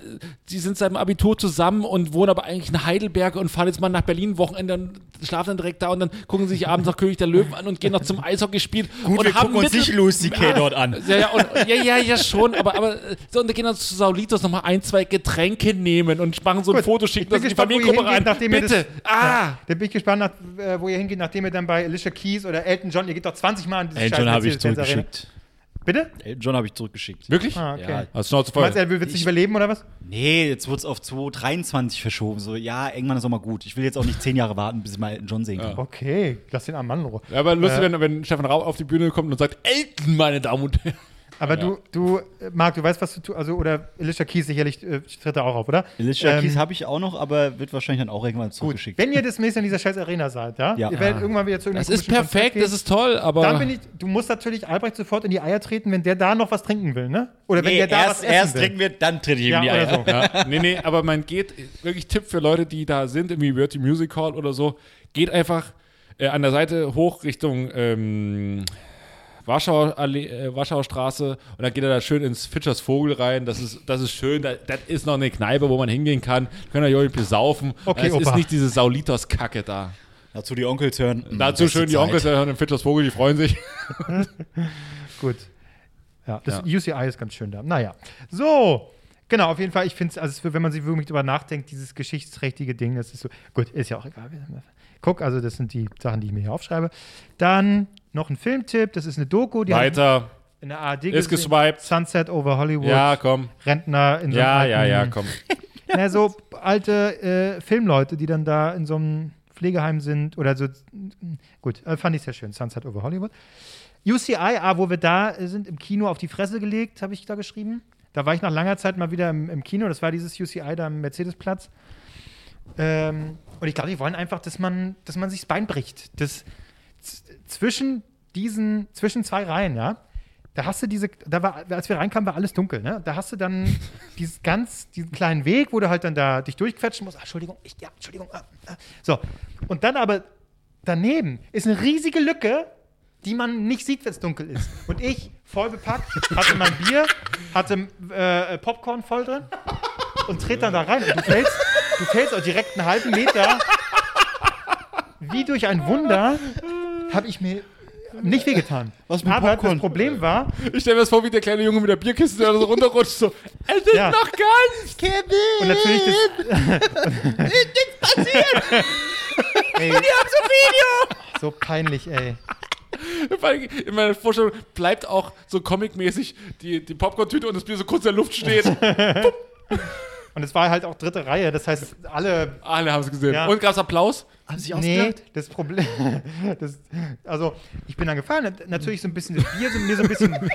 [SPEAKER 1] die sind seit dem Abitur zusammen und wohnen aber eigentlich in Heidelberg und fahren jetzt mal nach Berlin Wochenende und schlafen dann direkt da und dann gucken sie sich abends noch König der Löwen an und gehen noch zum Eishockeyspiel.
[SPEAKER 2] Gut,
[SPEAKER 1] und
[SPEAKER 2] wir gucken uns
[SPEAKER 1] Mittel-
[SPEAKER 2] nicht Lucy K. dort an.
[SPEAKER 1] Ja, ja, und, ja, ja, ja, schon, aber, aber äh, so, und dann gehen dann zu Saulitos nochmal ein, zwei Getränke nehmen und machen so ein
[SPEAKER 3] Gut,
[SPEAKER 1] Foto,
[SPEAKER 3] ich
[SPEAKER 1] schicken
[SPEAKER 3] bin
[SPEAKER 1] das in die
[SPEAKER 3] gespannt, wo ihr
[SPEAKER 1] Familiengruppe rein.
[SPEAKER 3] hingeht, nachdem ihr
[SPEAKER 1] Bitte,
[SPEAKER 3] das-
[SPEAKER 1] ah!
[SPEAKER 3] Da bin ich gespannt, nach, äh, wo ihr hingeht, nachdem ihr dann bei Alicia Keys oder Elton John, ihr geht doch 20 Mal an diese
[SPEAKER 4] Elton John
[SPEAKER 3] scheiß
[SPEAKER 4] habe ich
[SPEAKER 3] Mercedes-Benz-Arena.
[SPEAKER 4] zurückgeschickt.
[SPEAKER 3] Bitte?
[SPEAKER 4] Elton John habe ich zurückgeschickt.
[SPEAKER 1] Wirklich?
[SPEAKER 3] Ah, okay.
[SPEAKER 4] Ja.
[SPEAKER 1] Hast Schnauze
[SPEAKER 3] Meinst du,
[SPEAKER 1] voll.
[SPEAKER 3] er will es nicht überleben oder was?
[SPEAKER 4] Nee, jetzt wurde es auf 2023 verschoben. So, ja, irgendwann ist auch mal gut. Ich will jetzt auch nicht zehn Jahre warten, bis ich mal Elton John sehen kann.
[SPEAKER 3] Okay, lass den armen Mann in Ruhe.
[SPEAKER 1] Ja, aber lustig, wenn, wenn Stefan Raab auf die Bühne kommt und sagt, Elton, meine Damen und Herren.
[SPEAKER 3] Aber du, du, äh, Marc, du weißt, was du tust. Also, oder Alicia Keys sicherlich äh, tritt da auch auf, oder?
[SPEAKER 4] Alicia
[SPEAKER 3] Ähm,
[SPEAKER 4] Keys habe ich auch noch, aber wird wahrscheinlich dann auch irgendwann zurückgeschickt.
[SPEAKER 3] Wenn ihr das nächste Mal in dieser scheiß Arena seid, ja?
[SPEAKER 4] Ja.
[SPEAKER 3] Ihr werdet irgendwann wieder zu
[SPEAKER 1] Das
[SPEAKER 3] irgendeinem
[SPEAKER 1] ist
[SPEAKER 3] komischen Konzert
[SPEAKER 1] perfekt,
[SPEAKER 3] gehen.
[SPEAKER 1] das ist toll, aber.
[SPEAKER 3] Dann bin ich, du musst natürlich Albrecht sofort in die Eier treten, wenn der da noch was trinken will, ne? Oder wenn
[SPEAKER 4] Nee,
[SPEAKER 3] der da
[SPEAKER 4] erst,
[SPEAKER 3] was essen
[SPEAKER 4] erst
[SPEAKER 3] will.
[SPEAKER 4] trinken wir, dann tritt ich ihm
[SPEAKER 3] ja,
[SPEAKER 4] die Eier.
[SPEAKER 3] oder so.
[SPEAKER 1] ja, nee, nee, aber man geht, wirklich Tipp für Leute, die da sind, irgendwie Virtual Music Hall oder so, geht einfach äh, an der Seite hoch Richtung ähm, Warschauer, Allee, äh, Warschauer Straße und dann geht er da schön ins Fischers Vogel rein. Das ist, das ist schön, da, das ist noch eine Kneipe, wo man hingehen kann. Können da irgendwie besaufen.
[SPEAKER 3] Okay,
[SPEAKER 1] es ist
[SPEAKER 3] Opa.
[SPEAKER 1] nicht diese Saulitos-Kacke da.
[SPEAKER 4] Dazu die Onkels hören. Mm,
[SPEAKER 1] Dazu
[SPEAKER 4] beste
[SPEAKER 1] schön die
[SPEAKER 4] Zeit.
[SPEAKER 1] Onkels hören im Fischers Vogel, die freuen sich.
[SPEAKER 3] Gut. Ja, das UCI ist ganz schön da. Naja. So. Genau, auf jeden Fall, ich finde es, also es wird, wenn man sich wirklich drüber nachdenkt, dieses geschichtsträchtige Ding, das ist so. Gut, ist ja auch egal. Guck, also das sind die Sachen, die ich mir hier aufschreibe. Dann noch ein Filmtipp, das ist eine Doku, die habe
[SPEAKER 1] Weiter.
[SPEAKER 3] ich in der ARD
[SPEAKER 1] Ist
[SPEAKER 3] gesehen.
[SPEAKER 1] geswiped.
[SPEAKER 3] Sunset over Hollywood.
[SPEAKER 1] Ja, komm.
[SPEAKER 3] Rentner in so einem
[SPEAKER 1] Ja,
[SPEAKER 3] alten-
[SPEAKER 1] ja, ja, komm.
[SPEAKER 3] Na, so alte äh, Filmleute, die dann da in so einem Pflegeheim sind oder so. Gut, äh, fand ich sehr schön. Sunset over Hollywood. UCI, ah, wo wir da äh, sind, im Kino auf die Fresse gelegt, habe ich da geschrieben. Da war ich nach langer Zeit mal wieder im, im Kino. Das war dieses UCI da am Mercedesplatz. Ähm, und ich glaube, die wollen einfach, dass man, dass man sich das Bein bricht. Das, z- zwischen diesen, zwischen zwei Reihen, ja, da hast du diese, da war, als wir reinkamen, war alles dunkel, ne? Da hast du dann dieses ganz, diesen kleinen Weg, wo du halt dann da dich durchquetschen musst. Ah, Entschuldigung, ich, ja, Entschuldigung. Ah, ah. So. Und dann aber daneben ist eine riesige Lücke, die man nicht sieht, wenn es dunkel ist. Und ich, voll bepackt, hatte mein Bier, hatte äh, Popcorn voll drin und tritt dann da rein. Und du fällst, du fällst auch direkt einen halben Meter. Wie durch ein Wunder habe ich mir nicht wehgetan.
[SPEAKER 5] Was mit
[SPEAKER 3] Aber
[SPEAKER 5] Popcorn?
[SPEAKER 3] das Problem war,
[SPEAKER 1] Ich stelle mir das vor, wie der kleine Junge mit der Bierkiste da so runterrutscht, so, es ist
[SPEAKER 3] Ja.
[SPEAKER 1] noch ganz, Kevin!
[SPEAKER 3] und natürlich das,
[SPEAKER 1] Ey. Ich hab so Video!
[SPEAKER 3] so peinlich, ey.
[SPEAKER 1] Weil in meiner Vorstellung bleibt auch so comicmäßig die, die Popcorn-Tüte und das Bier so kurz in der Luft steht.
[SPEAKER 3] Und es war halt auch dritte Reihe, das heißt, alle
[SPEAKER 1] Alle haben es gesehen.
[SPEAKER 3] Ja.
[SPEAKER 1] Und gab es Applaus?
[SPEAKER 5] Haben sich
[SPEAKER 3] Nee, das Problem. Das, also, ich bin dann gefahren, hat natürlich so ein bisschen das Bier, so, mir so ein bisschen.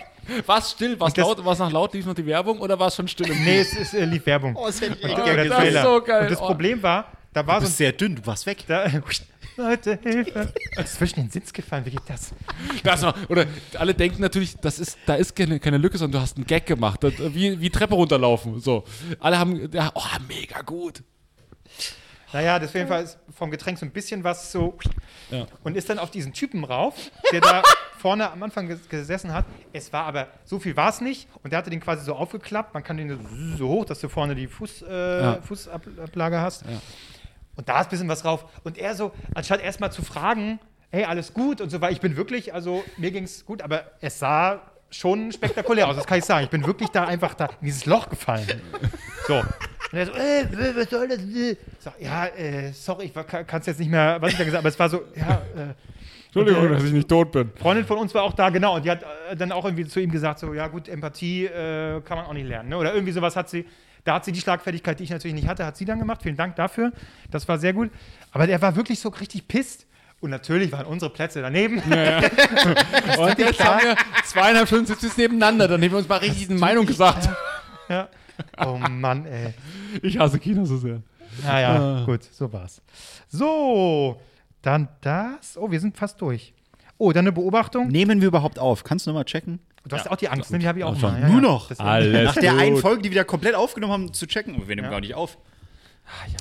[SPEAKER 1] War es still? War es
[SPEAKER 3] das-
[SPEAKER 1] laut? War es nach laut? Lief noch die Werbung oder war es schon still?
[SPEAKER 3] Nee, es, es äh, lief Werbung.
[SPEAKER 5] Oh, das hätte ich echt
[SPEAKER 3] Und
[SPEAKER 1] gerne
[SPEAKER 3] der
[SPEAKER 1] gesehen.
[SPEAKER 3] Trailer.
[SPEAKER 1] Das ist so geil.
[SPEAKER 3] Und das
[SPEAKER 1] Oh.
[SPEAKER 3] Problem war, da war
[SPEAKER 5] Du
[SPEAKER 3] so ein.
[SPEAKER 5] bist sehr dünn, du warst weg.
[SPEAKER 3] Da, Leute, Hilfe. Ist zwischen den Sitz gefallen, wie geht das?
[SPEAKER 1] Das war, oder alle denken natürlich, das ist, da ist keine, keine Lücke, sondern du hast einen Gag gemacht. Das, wie, wie Treppe runterlaufen. So. Alle haben, ja, oh, mega gut.
[SPEAKER 3] Naja, das auf jeden Fall ist vom Getränk so ein bisschen was so.
[SPEAKER 1] Ja.
[SPEAKER 3] Und ist dann auf diesen Typen rauf, der da vorne am Anfang ges- gesessen hat. Es war aber, so viel war es nicht. Und der hatte den quasi so aufgeklappt. Man kann den so- so hoch, dass du vorne die Fuß, äh,
[SPEAKER 1] Ja.
[SPEAKER 3] Fußablage hast. Und da ist ein bisschen was rauf. Und er so, anstatt erstmal zu fragen, hey, alles gut und so weiter. Ich bin wirklich, also mir ging es gut, aber es sah schon spektakulär aus. Das kann ich sagen. Ich bin wirklich da einfach da in dieses Loch gefallen. So. Und er so, äh, was soll das? äh? Sag, ja, äh, sorry, ich kann es jetzt nicht mehr, was ich da gesagt habe, aber es war so, ja, äh,
[SPEAKER 1] Entschuldigung, dass ich nicht tot bin.
[SPEAKER 3] Freundin von uns war auch da, genau, und die hat äh, dann auch irgendwie zu ihm gesagt, so, ja gut, Empathie äh, kann man auch nicht lernen, ne? oder irgendwie sowas hat sie, da hat sie die Schlagfertigkeit, die ich natürlich nicht hatte, hat sie dann gemacht, vielen Dank dafür, das war sehr gut, aber der war wirklich so richtig pisst und natürlich waren unsere Plätze daneben.
[SPEAKER 1] Und jetzt haben wir zweieinhalb Stunden sitzen nebeneinander. Dann haben wir uns mal richtig eine Meinung gesagt.
[SPEAKER 3] Ja. Oh Mann, ey.
[SPEAKER 1] Ich hasse Kino so sehr.
[SPEAKER 3] Naja, gut, so war's. So, dann das. Oh, wir sind fast durch. Oh, dann eine Beobachtung.
[SPEAKER 5] Nehmen wir überhaupt auf? Kannst du nochmal checken?
[SPEAKER 3] Du hast ja, auch die Angst, ne? Die habe ich auch
[SPEAKER 1] schon.
[SPEAKER 3] mal. Ja,
[SPEAKER 5] Nur
[SPEAKER 3] ja.
[SPEAKER 5] noch.
[SPEAKER 3] Das,
[SPEAKER 1] Ah.
[SPEAKER 5] Nach
[SPEAKER 1] Alles.
[SPEAKER 5] der einen Folge, die wir da komplett aufgenommen haben, zu checken.
[SPEAKER 4] Oh, Wir nehmen
[SPEAKER 3] Ja.
[SPEAKER 4] gar nicht auf.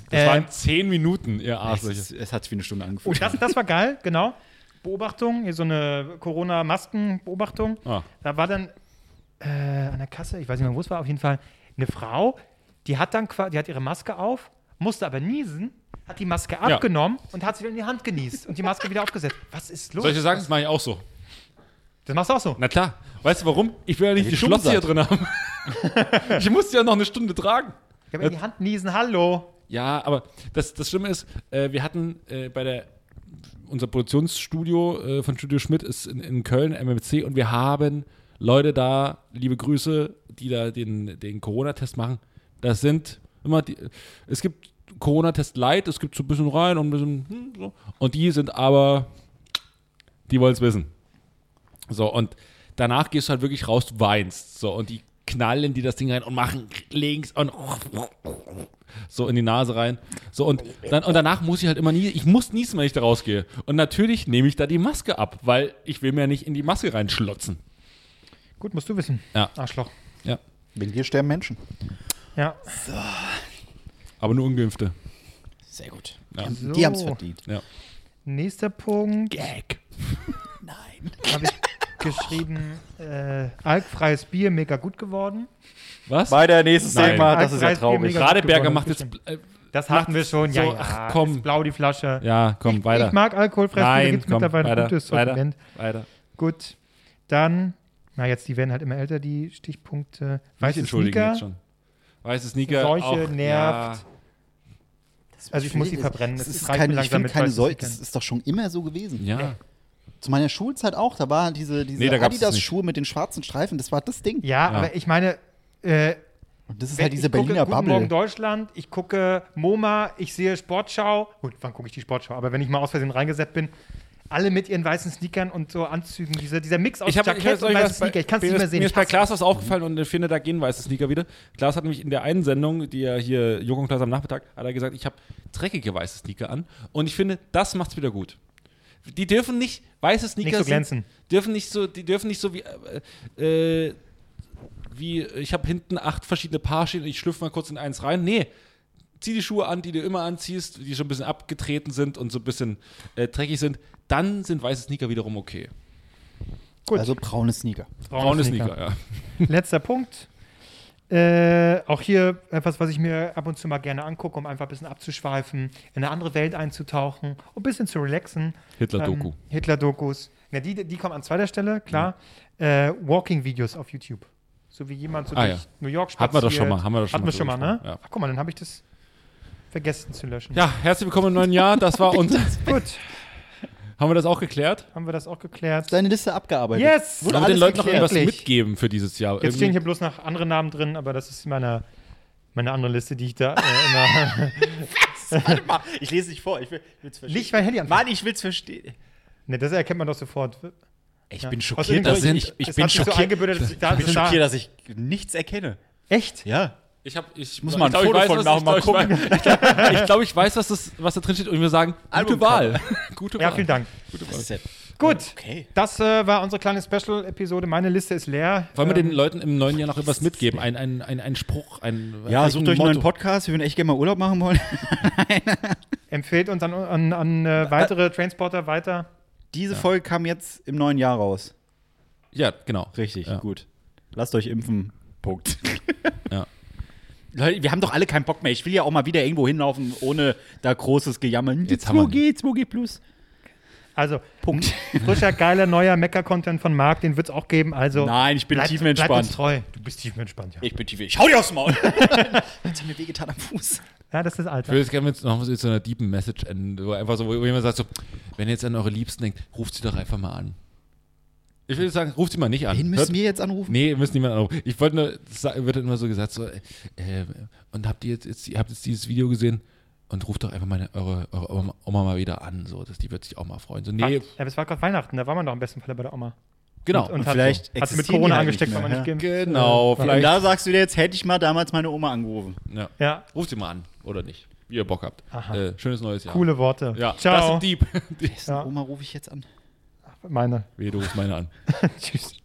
[SPEAKER 1] Das
[SPEAKER 3] äh,
[SPEAKER 1] waren zehn Minuten, ihr
[SPEAKER 4] Es,
[SPEAKER 1] Arschlöcher.
[SPEAKER 4] es hat sich wie eine Stunde
[SPEAKER 3] oh,
[SPEAKER 4] angefühlt.
[SPEAKER 3] das, das war geil, genau. Beobachtung, hier so eine Corona-Masken-Beobachtung.
[SPEAKER 1] Ah.
[SPEAKER 3] Da war dann äh, an der Kasse, ich weiß nicht mehr, wo es war, auf jeden Fall eine Frau, die hat dann qua- die hat ihre Maske auf, musste aber niesen, hat die Maske
[SPEAKER 1] Ja.
[SPEAKER 3] abgenommen und hat sie wieder in die Hand genießt und die Maske wieder aufgesetzt. Was ist los?
[SPEAKER 1] Solche Sachen, das mache ich auch so.
[SPEAKER 3] Das machst du auch so.
[SPEAKER 1] Na klar. Weißt du warum? Ich will ja nicht die Schlotze hier drin haben. ich muss die ja noch eine Stunde tragen.
[SPEAKER 3] Ich habe in die Hand niesen, hallo.
[SPEAKER 1] Ja, aber das, das Schlimme ist, äh, wir hatten äh, bei der unser Produktionsstudio äh, von Studio Schmidt ist in, in Köln, MMC, und wir haben Leute da, liebe Grüße, die da den, den Corona-Test machen. Das sind immer die, es gibt Corona-Test Light, es gibt so ein bisschen rein und ein bisschen, hm, so. Und die sind aber, die wollen es wissen. So, und danach gehst du halt wirklich raus, du weinst. So, und die knallen die das Ding rein und machen links und so in die Nase rein. So, und, dann, und danach muss ich halt immer nie, ich muss niesen, wenn ich da rausgehe. Und natürlich nehme ich da die Maske ab, weil ich will mir ja nicht in die Maske reinschlotzen.
[SPEAKER 3] Gut, musst du wissen.
[SPEAKER 1] Ja.
[SPEAKER 3] Arschloch.
[SPEAKER 1] Ja.
[SPEAKER 5] Wegen dir sterben Menschen.
[SPEAKER 3] Ja.
[SPEAKER 1] Aber nur Ungeimpfte.
[SPEAKER 4] Sehr gut.
[SPEAKER 3] So.
[SPEAKER 5] Die haben es verdient.
[SPEAKER 1] Ja.
[SPEAKER 3] Nächster Punkt
[SPEAKER 1] Gag.
[SPEAKER 3] habe ich geschrieben: äh, Alkfreies Bier mega gut geworden.
[SPEAKER 1] Was?
[SPEAKER 4] Bei der nächsten
[SPEAKER 1] Nein.
[SPEAKER 4] Thema, das ist ja
[SPEAKER 3] Alkreis, wir
[SPEAKER 4] traurig.
[SPEAKER 3] mega-
[SPEAKER 1] Radeberger
[SPEAKER 3] Gewonnen,
[SPEAKER 1] macht jetzt. Äh,
[SPEAKER 3] Das hatten wir schon.
[SPEAKER 1] so,
[SPEAKER 3] ja, ja,
[SPEAKER 1] ach, komm.
[SPEAKER 3] Ist blau die Flasche.
[SPEAKER 1] ja, komm, weiter.
[SPEAKER 3] Ich mag Alkoholfreies Bier.
[SPEAKER 1] Nein,
[SPEAKER 3] Gibt
[SPEAKER 1] komm,
[SPEAKER 3] mittlerweile ein
[SPEAKER 1] weiter,
[SPEAKER 3] gutes
[SPEAKER 1] weiter,
[SPEAKER 3] Sortiment.
[SPEAKER 1] weiter.
[SPEAKER 3] Gut. Dann, na, jetzt, die werden halt immer älter, die Stichpunkte.
[SPEAKER 1] Mich
[SPEAKER 3] Weiße
[SPEAKER 1] entschuldigen
[SPEAKER 3] Sneaker.
[SPEAKER 1] jetzt schon. Weiße Sneaker.
[SPEAKER 3] Seuche
[SPEAKER 1] auch,
[SPEAKER 3] nervt.
[SPEAKER 1] Ja,
[SPEAKER 3] Also, ich muss die verbrennen.
[SPEAKER 5] Das ist
[SPEAKER 3] reicht mir
[SPEAKER 5] keine, ich
[SPEAKER 3] langsam
[SPEAKER 5] finde
[SPEAKER 3] mit
[SPEAKER 5] keine
[SPEAKER 3] weißen
[SPEAKER 5] Seuche.
[SPEAKER 3] Sneakern.
[SPEAKER 5] Das ist doch schon immer so gewesen.
[SPEAKER 1] ja.
[SPEAKER 5] Zu meiner Schulzeit auch. Da war diese, diese
[SPEAKER 1] Nee, da gab's das nicht.
[SPEAKER 5] Adidas-Schuhe mit den schwarzen Streifen. Das war das Ding.
[SPEAKER 3] Ja,
[SPEAKER 1] Ja.
[SPEAKER 3] aber ich meine, äh,
[SPEAKER 5] Und das ist
[SPEAKER 3] Wenn
[SPEAKER 5] halt diese
[SPEAKER 3] ich gucke
[SPEAKER 5] Berliner
[SPEAKER 3] Guten Morgen
[SPEAKER 5] Bubble.
[SPEAKER 3] Deutschland, ich gucke MoMA, ich sehe Sportschau. Gut, wann gucke ich die Sportschau? Aber wenn ich mal aus Versehen reingesetzt bin, alle mit ihren weißen Sneakern und so Anzügen, diese, dieser Mix aus
[SPEAKER 1] Ich habe
[SPEAKER 3] Jackett und weißen Sneaker, ich kann es nicht mehr sehen.
[SPEAKER 1] Mir
[SPEAKER 3] ich
[SPEAKER 1] ist bei
[SPEAKER 3] hasse
[SPEAKER 1] Klaas was aufgefallen und ich finde, da gehen weiße Sneaker wieder. Klaas hat nämlich in der einen Sendung, die er hier, Joko und Klaas am Nachmittag, hat er gesagt, ich habe dreckige weiße Sneaker an und ich finde, das macht's wieder gut. Die dürfen nicht, weiße Sneaker
[SPEAKER 3] so
[SPEAKER 1] sind-
[SPEAKER 3] glänzen.
[SPEAKER 1] dürfen nicht so, die dürfen nicht so wie, äh, äh, wie ich habe hinten acht verschiedene Paar stehen und ich schlüpfe mal kurz in eins rein. Nee, zieh die Schuhe an, die du immer anziehst, die schon ein bisschen abgetreten sind und so ein bisschen äh, dreckig sind. Dann sind weiße Sneaker wiederum okay.
[SPEAKER 3] Gut.
[SPEAKER 5] Also braune Sneaker.
[SPEAKER 1] Braune Sneaker, ja.
[SPEAKER 3] Letzter Punkt. Äh, auch hier etwas, was ich mir ab und zu mal gerne angucke, um einfach ein bisschen abzuschweifen, in eine andere Welt einzutauchen, um ein bisschen zu relaxen.
[SPEAKER 1] Hitler-Doku.
[SPEAKER 3] Ähm, Hitler-Dokus. Na, die, die kommen an zweiter Stelle, klar. Äh, Walking-Videos auf YouTube. So wie jemand so
[SPEAKER 1] Ah,
[SPEAKER 3] durch
[SPEAKER 1] ja.
[SPEAKER 3] New York
[SPEAKER 1] Hatten wir doch schon mal, haben wir doch schon
[SPEAKER 3] Hatten
[SPEAKER 1] mal
[SPEAKER 3] wir schon mal,
[SPEAKER 1] drüber
[SPEAKER 3] ne?
[SPEAKER 1] gesprochen, ja.
[SPEAKER 3] Ach, guck mal, dann habe ich das vergessen zu löschen.
[SPEAKER 1] Ja, herzlich willkommen im neuen Jahr. Das war unser.
[SPEAKER 3] Gut.
[SPEAKER 1] Haben wir das auch geklärt?
[SPEAKER 3] Haben wir das auch geklärt?
[SPEAKER 5] Deine Liste abgearbeitet.
[SPEAKER 3] Yes!
[SPEAKER 1] Sollen
[SPEAKER 5] Wurde
[SPEAKER 1] wir den
[SPEAKER 5] alles
[SPEAKER 1] Leuten noch
[SPEAKER 5] geklärt.
[SPEAKER 1] irgendwas
[SPEAKER 3] Wirklich?
[SPEAKER 1] mitgeben für dieses Jahr?
[SPEAKER 3] Jetzt stehen hier bloß noch andere Namen drin, aber das ist meine, meine andere Liste, die ich da äh, immer.
[SPEAKER 2] Warte mal, ich lese nicht vor. Ich will, will's verstehen.
[SPEAKER 3] Nicht mein Handy an.
[SPEAKER 2] Mann, ich will's verstehen.
[SPEAKER 3] Ne, das erkennt man doch sofort.
[SPEAKER 2] Ich
[SPEAKER 3] Ja.
[SPEAKER 2] bin
[SPEAKER 3] Aus
[SPEAKER 2] schockiert,
[SPEAKER 3] irgendeinem
[SPEAKER 2] dass
[SPEAKER 1] Grund-
[SPEAKER 2] ich, ich
[SPEAKER 3] Es
[SPEAKER 2] bin
[SPEAKER 3] hat sich so
[SPEAKER 2] schockiert.
[SPEAKER 3] eingebildet, dass ich da-
[SPEAKER 2] ich bin
[SPEAKER 3] da-
[SPEAKER 2] schockiert, dass ich nichts erkenne.
[SPEAKER 3] Echt?
[SPEAKER 2] Ja.
[SPEAKER 1] Ich, hab, ich
[SPEAKER 2] muss mal ein Foto von machen, mal
[SPEAKER 1] gucken. Ich glaube, ich, glaub, ich weiß, was, das, was da drin steht und wir sagen, gute
[SPEAKER 2] Albumcover.
[SPEAKER 1] Wahl. Gute
[SPEAKER 3] Ja,
[SPEAKER 1] Wahl.
[SPEAKER 3] vielen Dank.
[SPEAKER 1] Gute
[SPEAKER 2] Das
[SPEAKER 1] Wahl.
[SPEAKER 2] ist ja
[SPEAKER 3] Gut.
[SPEAKER 2] okay.
[SPEAKER 3] Das äh, war unsere kleine Special-Episode. Meine Liste ist leer.
[SPEAKER 1] Wollen wir
[SPEAKER 3] Ähm,
[SPEAKER 1] den Leuten im neuen Jahr noch irgendwas mitgeben? Ein, ein, ein, ein Spruch, ein
[SPEAKER 5] Ja,
[SPEAKER 1] ein
[SPEAKER 5] sucht euch einen neuen
[SPEAKER 1] Motto.
[SPEAKER 5] Podcast. Wir würden echt gerne mal Urlaub machen wollen.
[SPEAKER 3] Empfehlt uns an, an, an äh, weitere Transporter weiter.
[SPEAKER 5] Diese Folge kam jetzt im neuen Jahr raus.
[SPEAKER 1] Ja, genau.
[SPEAKER 5] Richtig,
[SPEAKER 1] Ja.
[SPEAKER 5] gut. Lasst euch impfen.
[SPEAKER 2] Punkt.
[SPEAKER 1] Ja.
[SPEAKER 4] Leute, wir haben doch alle keinen Bock mehr. Ich will ja auch mal wieder irgendwo hinlaufen, ohne da großes Gejammern.
[SPEAKER 1] Jetzt haben wir-
[SPEAKER 4] 2G, 2G plus.
[SPEAKER 3] Also, Punkt. frischer, geiler, neuer Mecker-Content von Marc, den wird es auch geben. Also,
[SPEAKER 4] Nein, ich bin
[SPEAKER 3] bleib- Bleib uns
[SPEAKER 4] tiefenentspannt.
[SPEAKER 3] treu. Du bist tiefenentspannt, ja.
[SPEAKER 4] Ich bin tief. Ich hau dir aufs Maul.
[SPEAKER 5] Jetzt haben mir wehgetan am Fuß.
[SPEAKER 3] Ja, das ist
[SPEAKER 1] Ich
[SPEAKER 3] Alter.
[SPEAKER 1] würde jetzt gerne mit, noch mit so einer deepen Message enden, wo einfach so, wo jemand sagt so, wenn ihr jetzt an eure Liebsten denkt, ruft sie doch einfach mal an. Ich würde sagen, ruft sie mal nicht an.
[SPEAKER 5] Wen
[SPEAKER 1] Hört-
[SPEAKER 5] müssen wir jetzt anrufen?
[SPEAKER 1] Nee, ihr müsst niemand anrufen. Ich wollte nur, das sa- wird dann immer so gesagt, so, äh, äh, und habt ihr jetzt, jetzt, ihr habt jetzt dieses Video gesehen und ruft doch einfach meine, eure, eure Oma- Oma mal wieder an, so, dass die wird sich auch mal freuen. So, nee,
[SPEAKER 3] Ja, aber es war gerade Weihnachten, da war man doch im besten Fall bei der Oma.
[SPEAKER 1] genau.
[SPEAKER 3] Und, und
[SPEAKER 5] vielleicht
[SPEAKER 3] hat, hat sie mit
[SPEAKER 5] existieren die
[SPEAKER 3] Corona
[SPEAKER 5] halt
[SPEAKER 3] angesteckt,
[SPEAKER 5] nicht
[SPEAKER 3] weil man
[SPEAKER 5] mehr,
[SPEAKER 3] nicht geimpft
[SPEAKER 1] genau,
[SPEAKER 3] Ja.
[SPEAKER 1] vielleicht.
[SPEAKER 4] Da sagst du dir jetzt, hätte ich mal damals meine Oma angerufen.
[SPEAKER 1] Ja.
[SPEAKER 3] Ja,
[SPEAKER 1] Ruft sie mal an, oder nicht, wie ihr Bock habt. Äh, schönes neues Jahr.
[SPEAKER 3] coole Worte.
[SPEAKER 1] Ja, das
[SPEAKER 3] Ciao.
[SPEAKER 1] sind Dieb.
[SPEAKER 5] Oma rufe ich jetzt an.
[SPEAKER 3] Meine.
[SPEAKER 1] Weh, du rufst meine an.
[SPEAKER 3] Tschüss.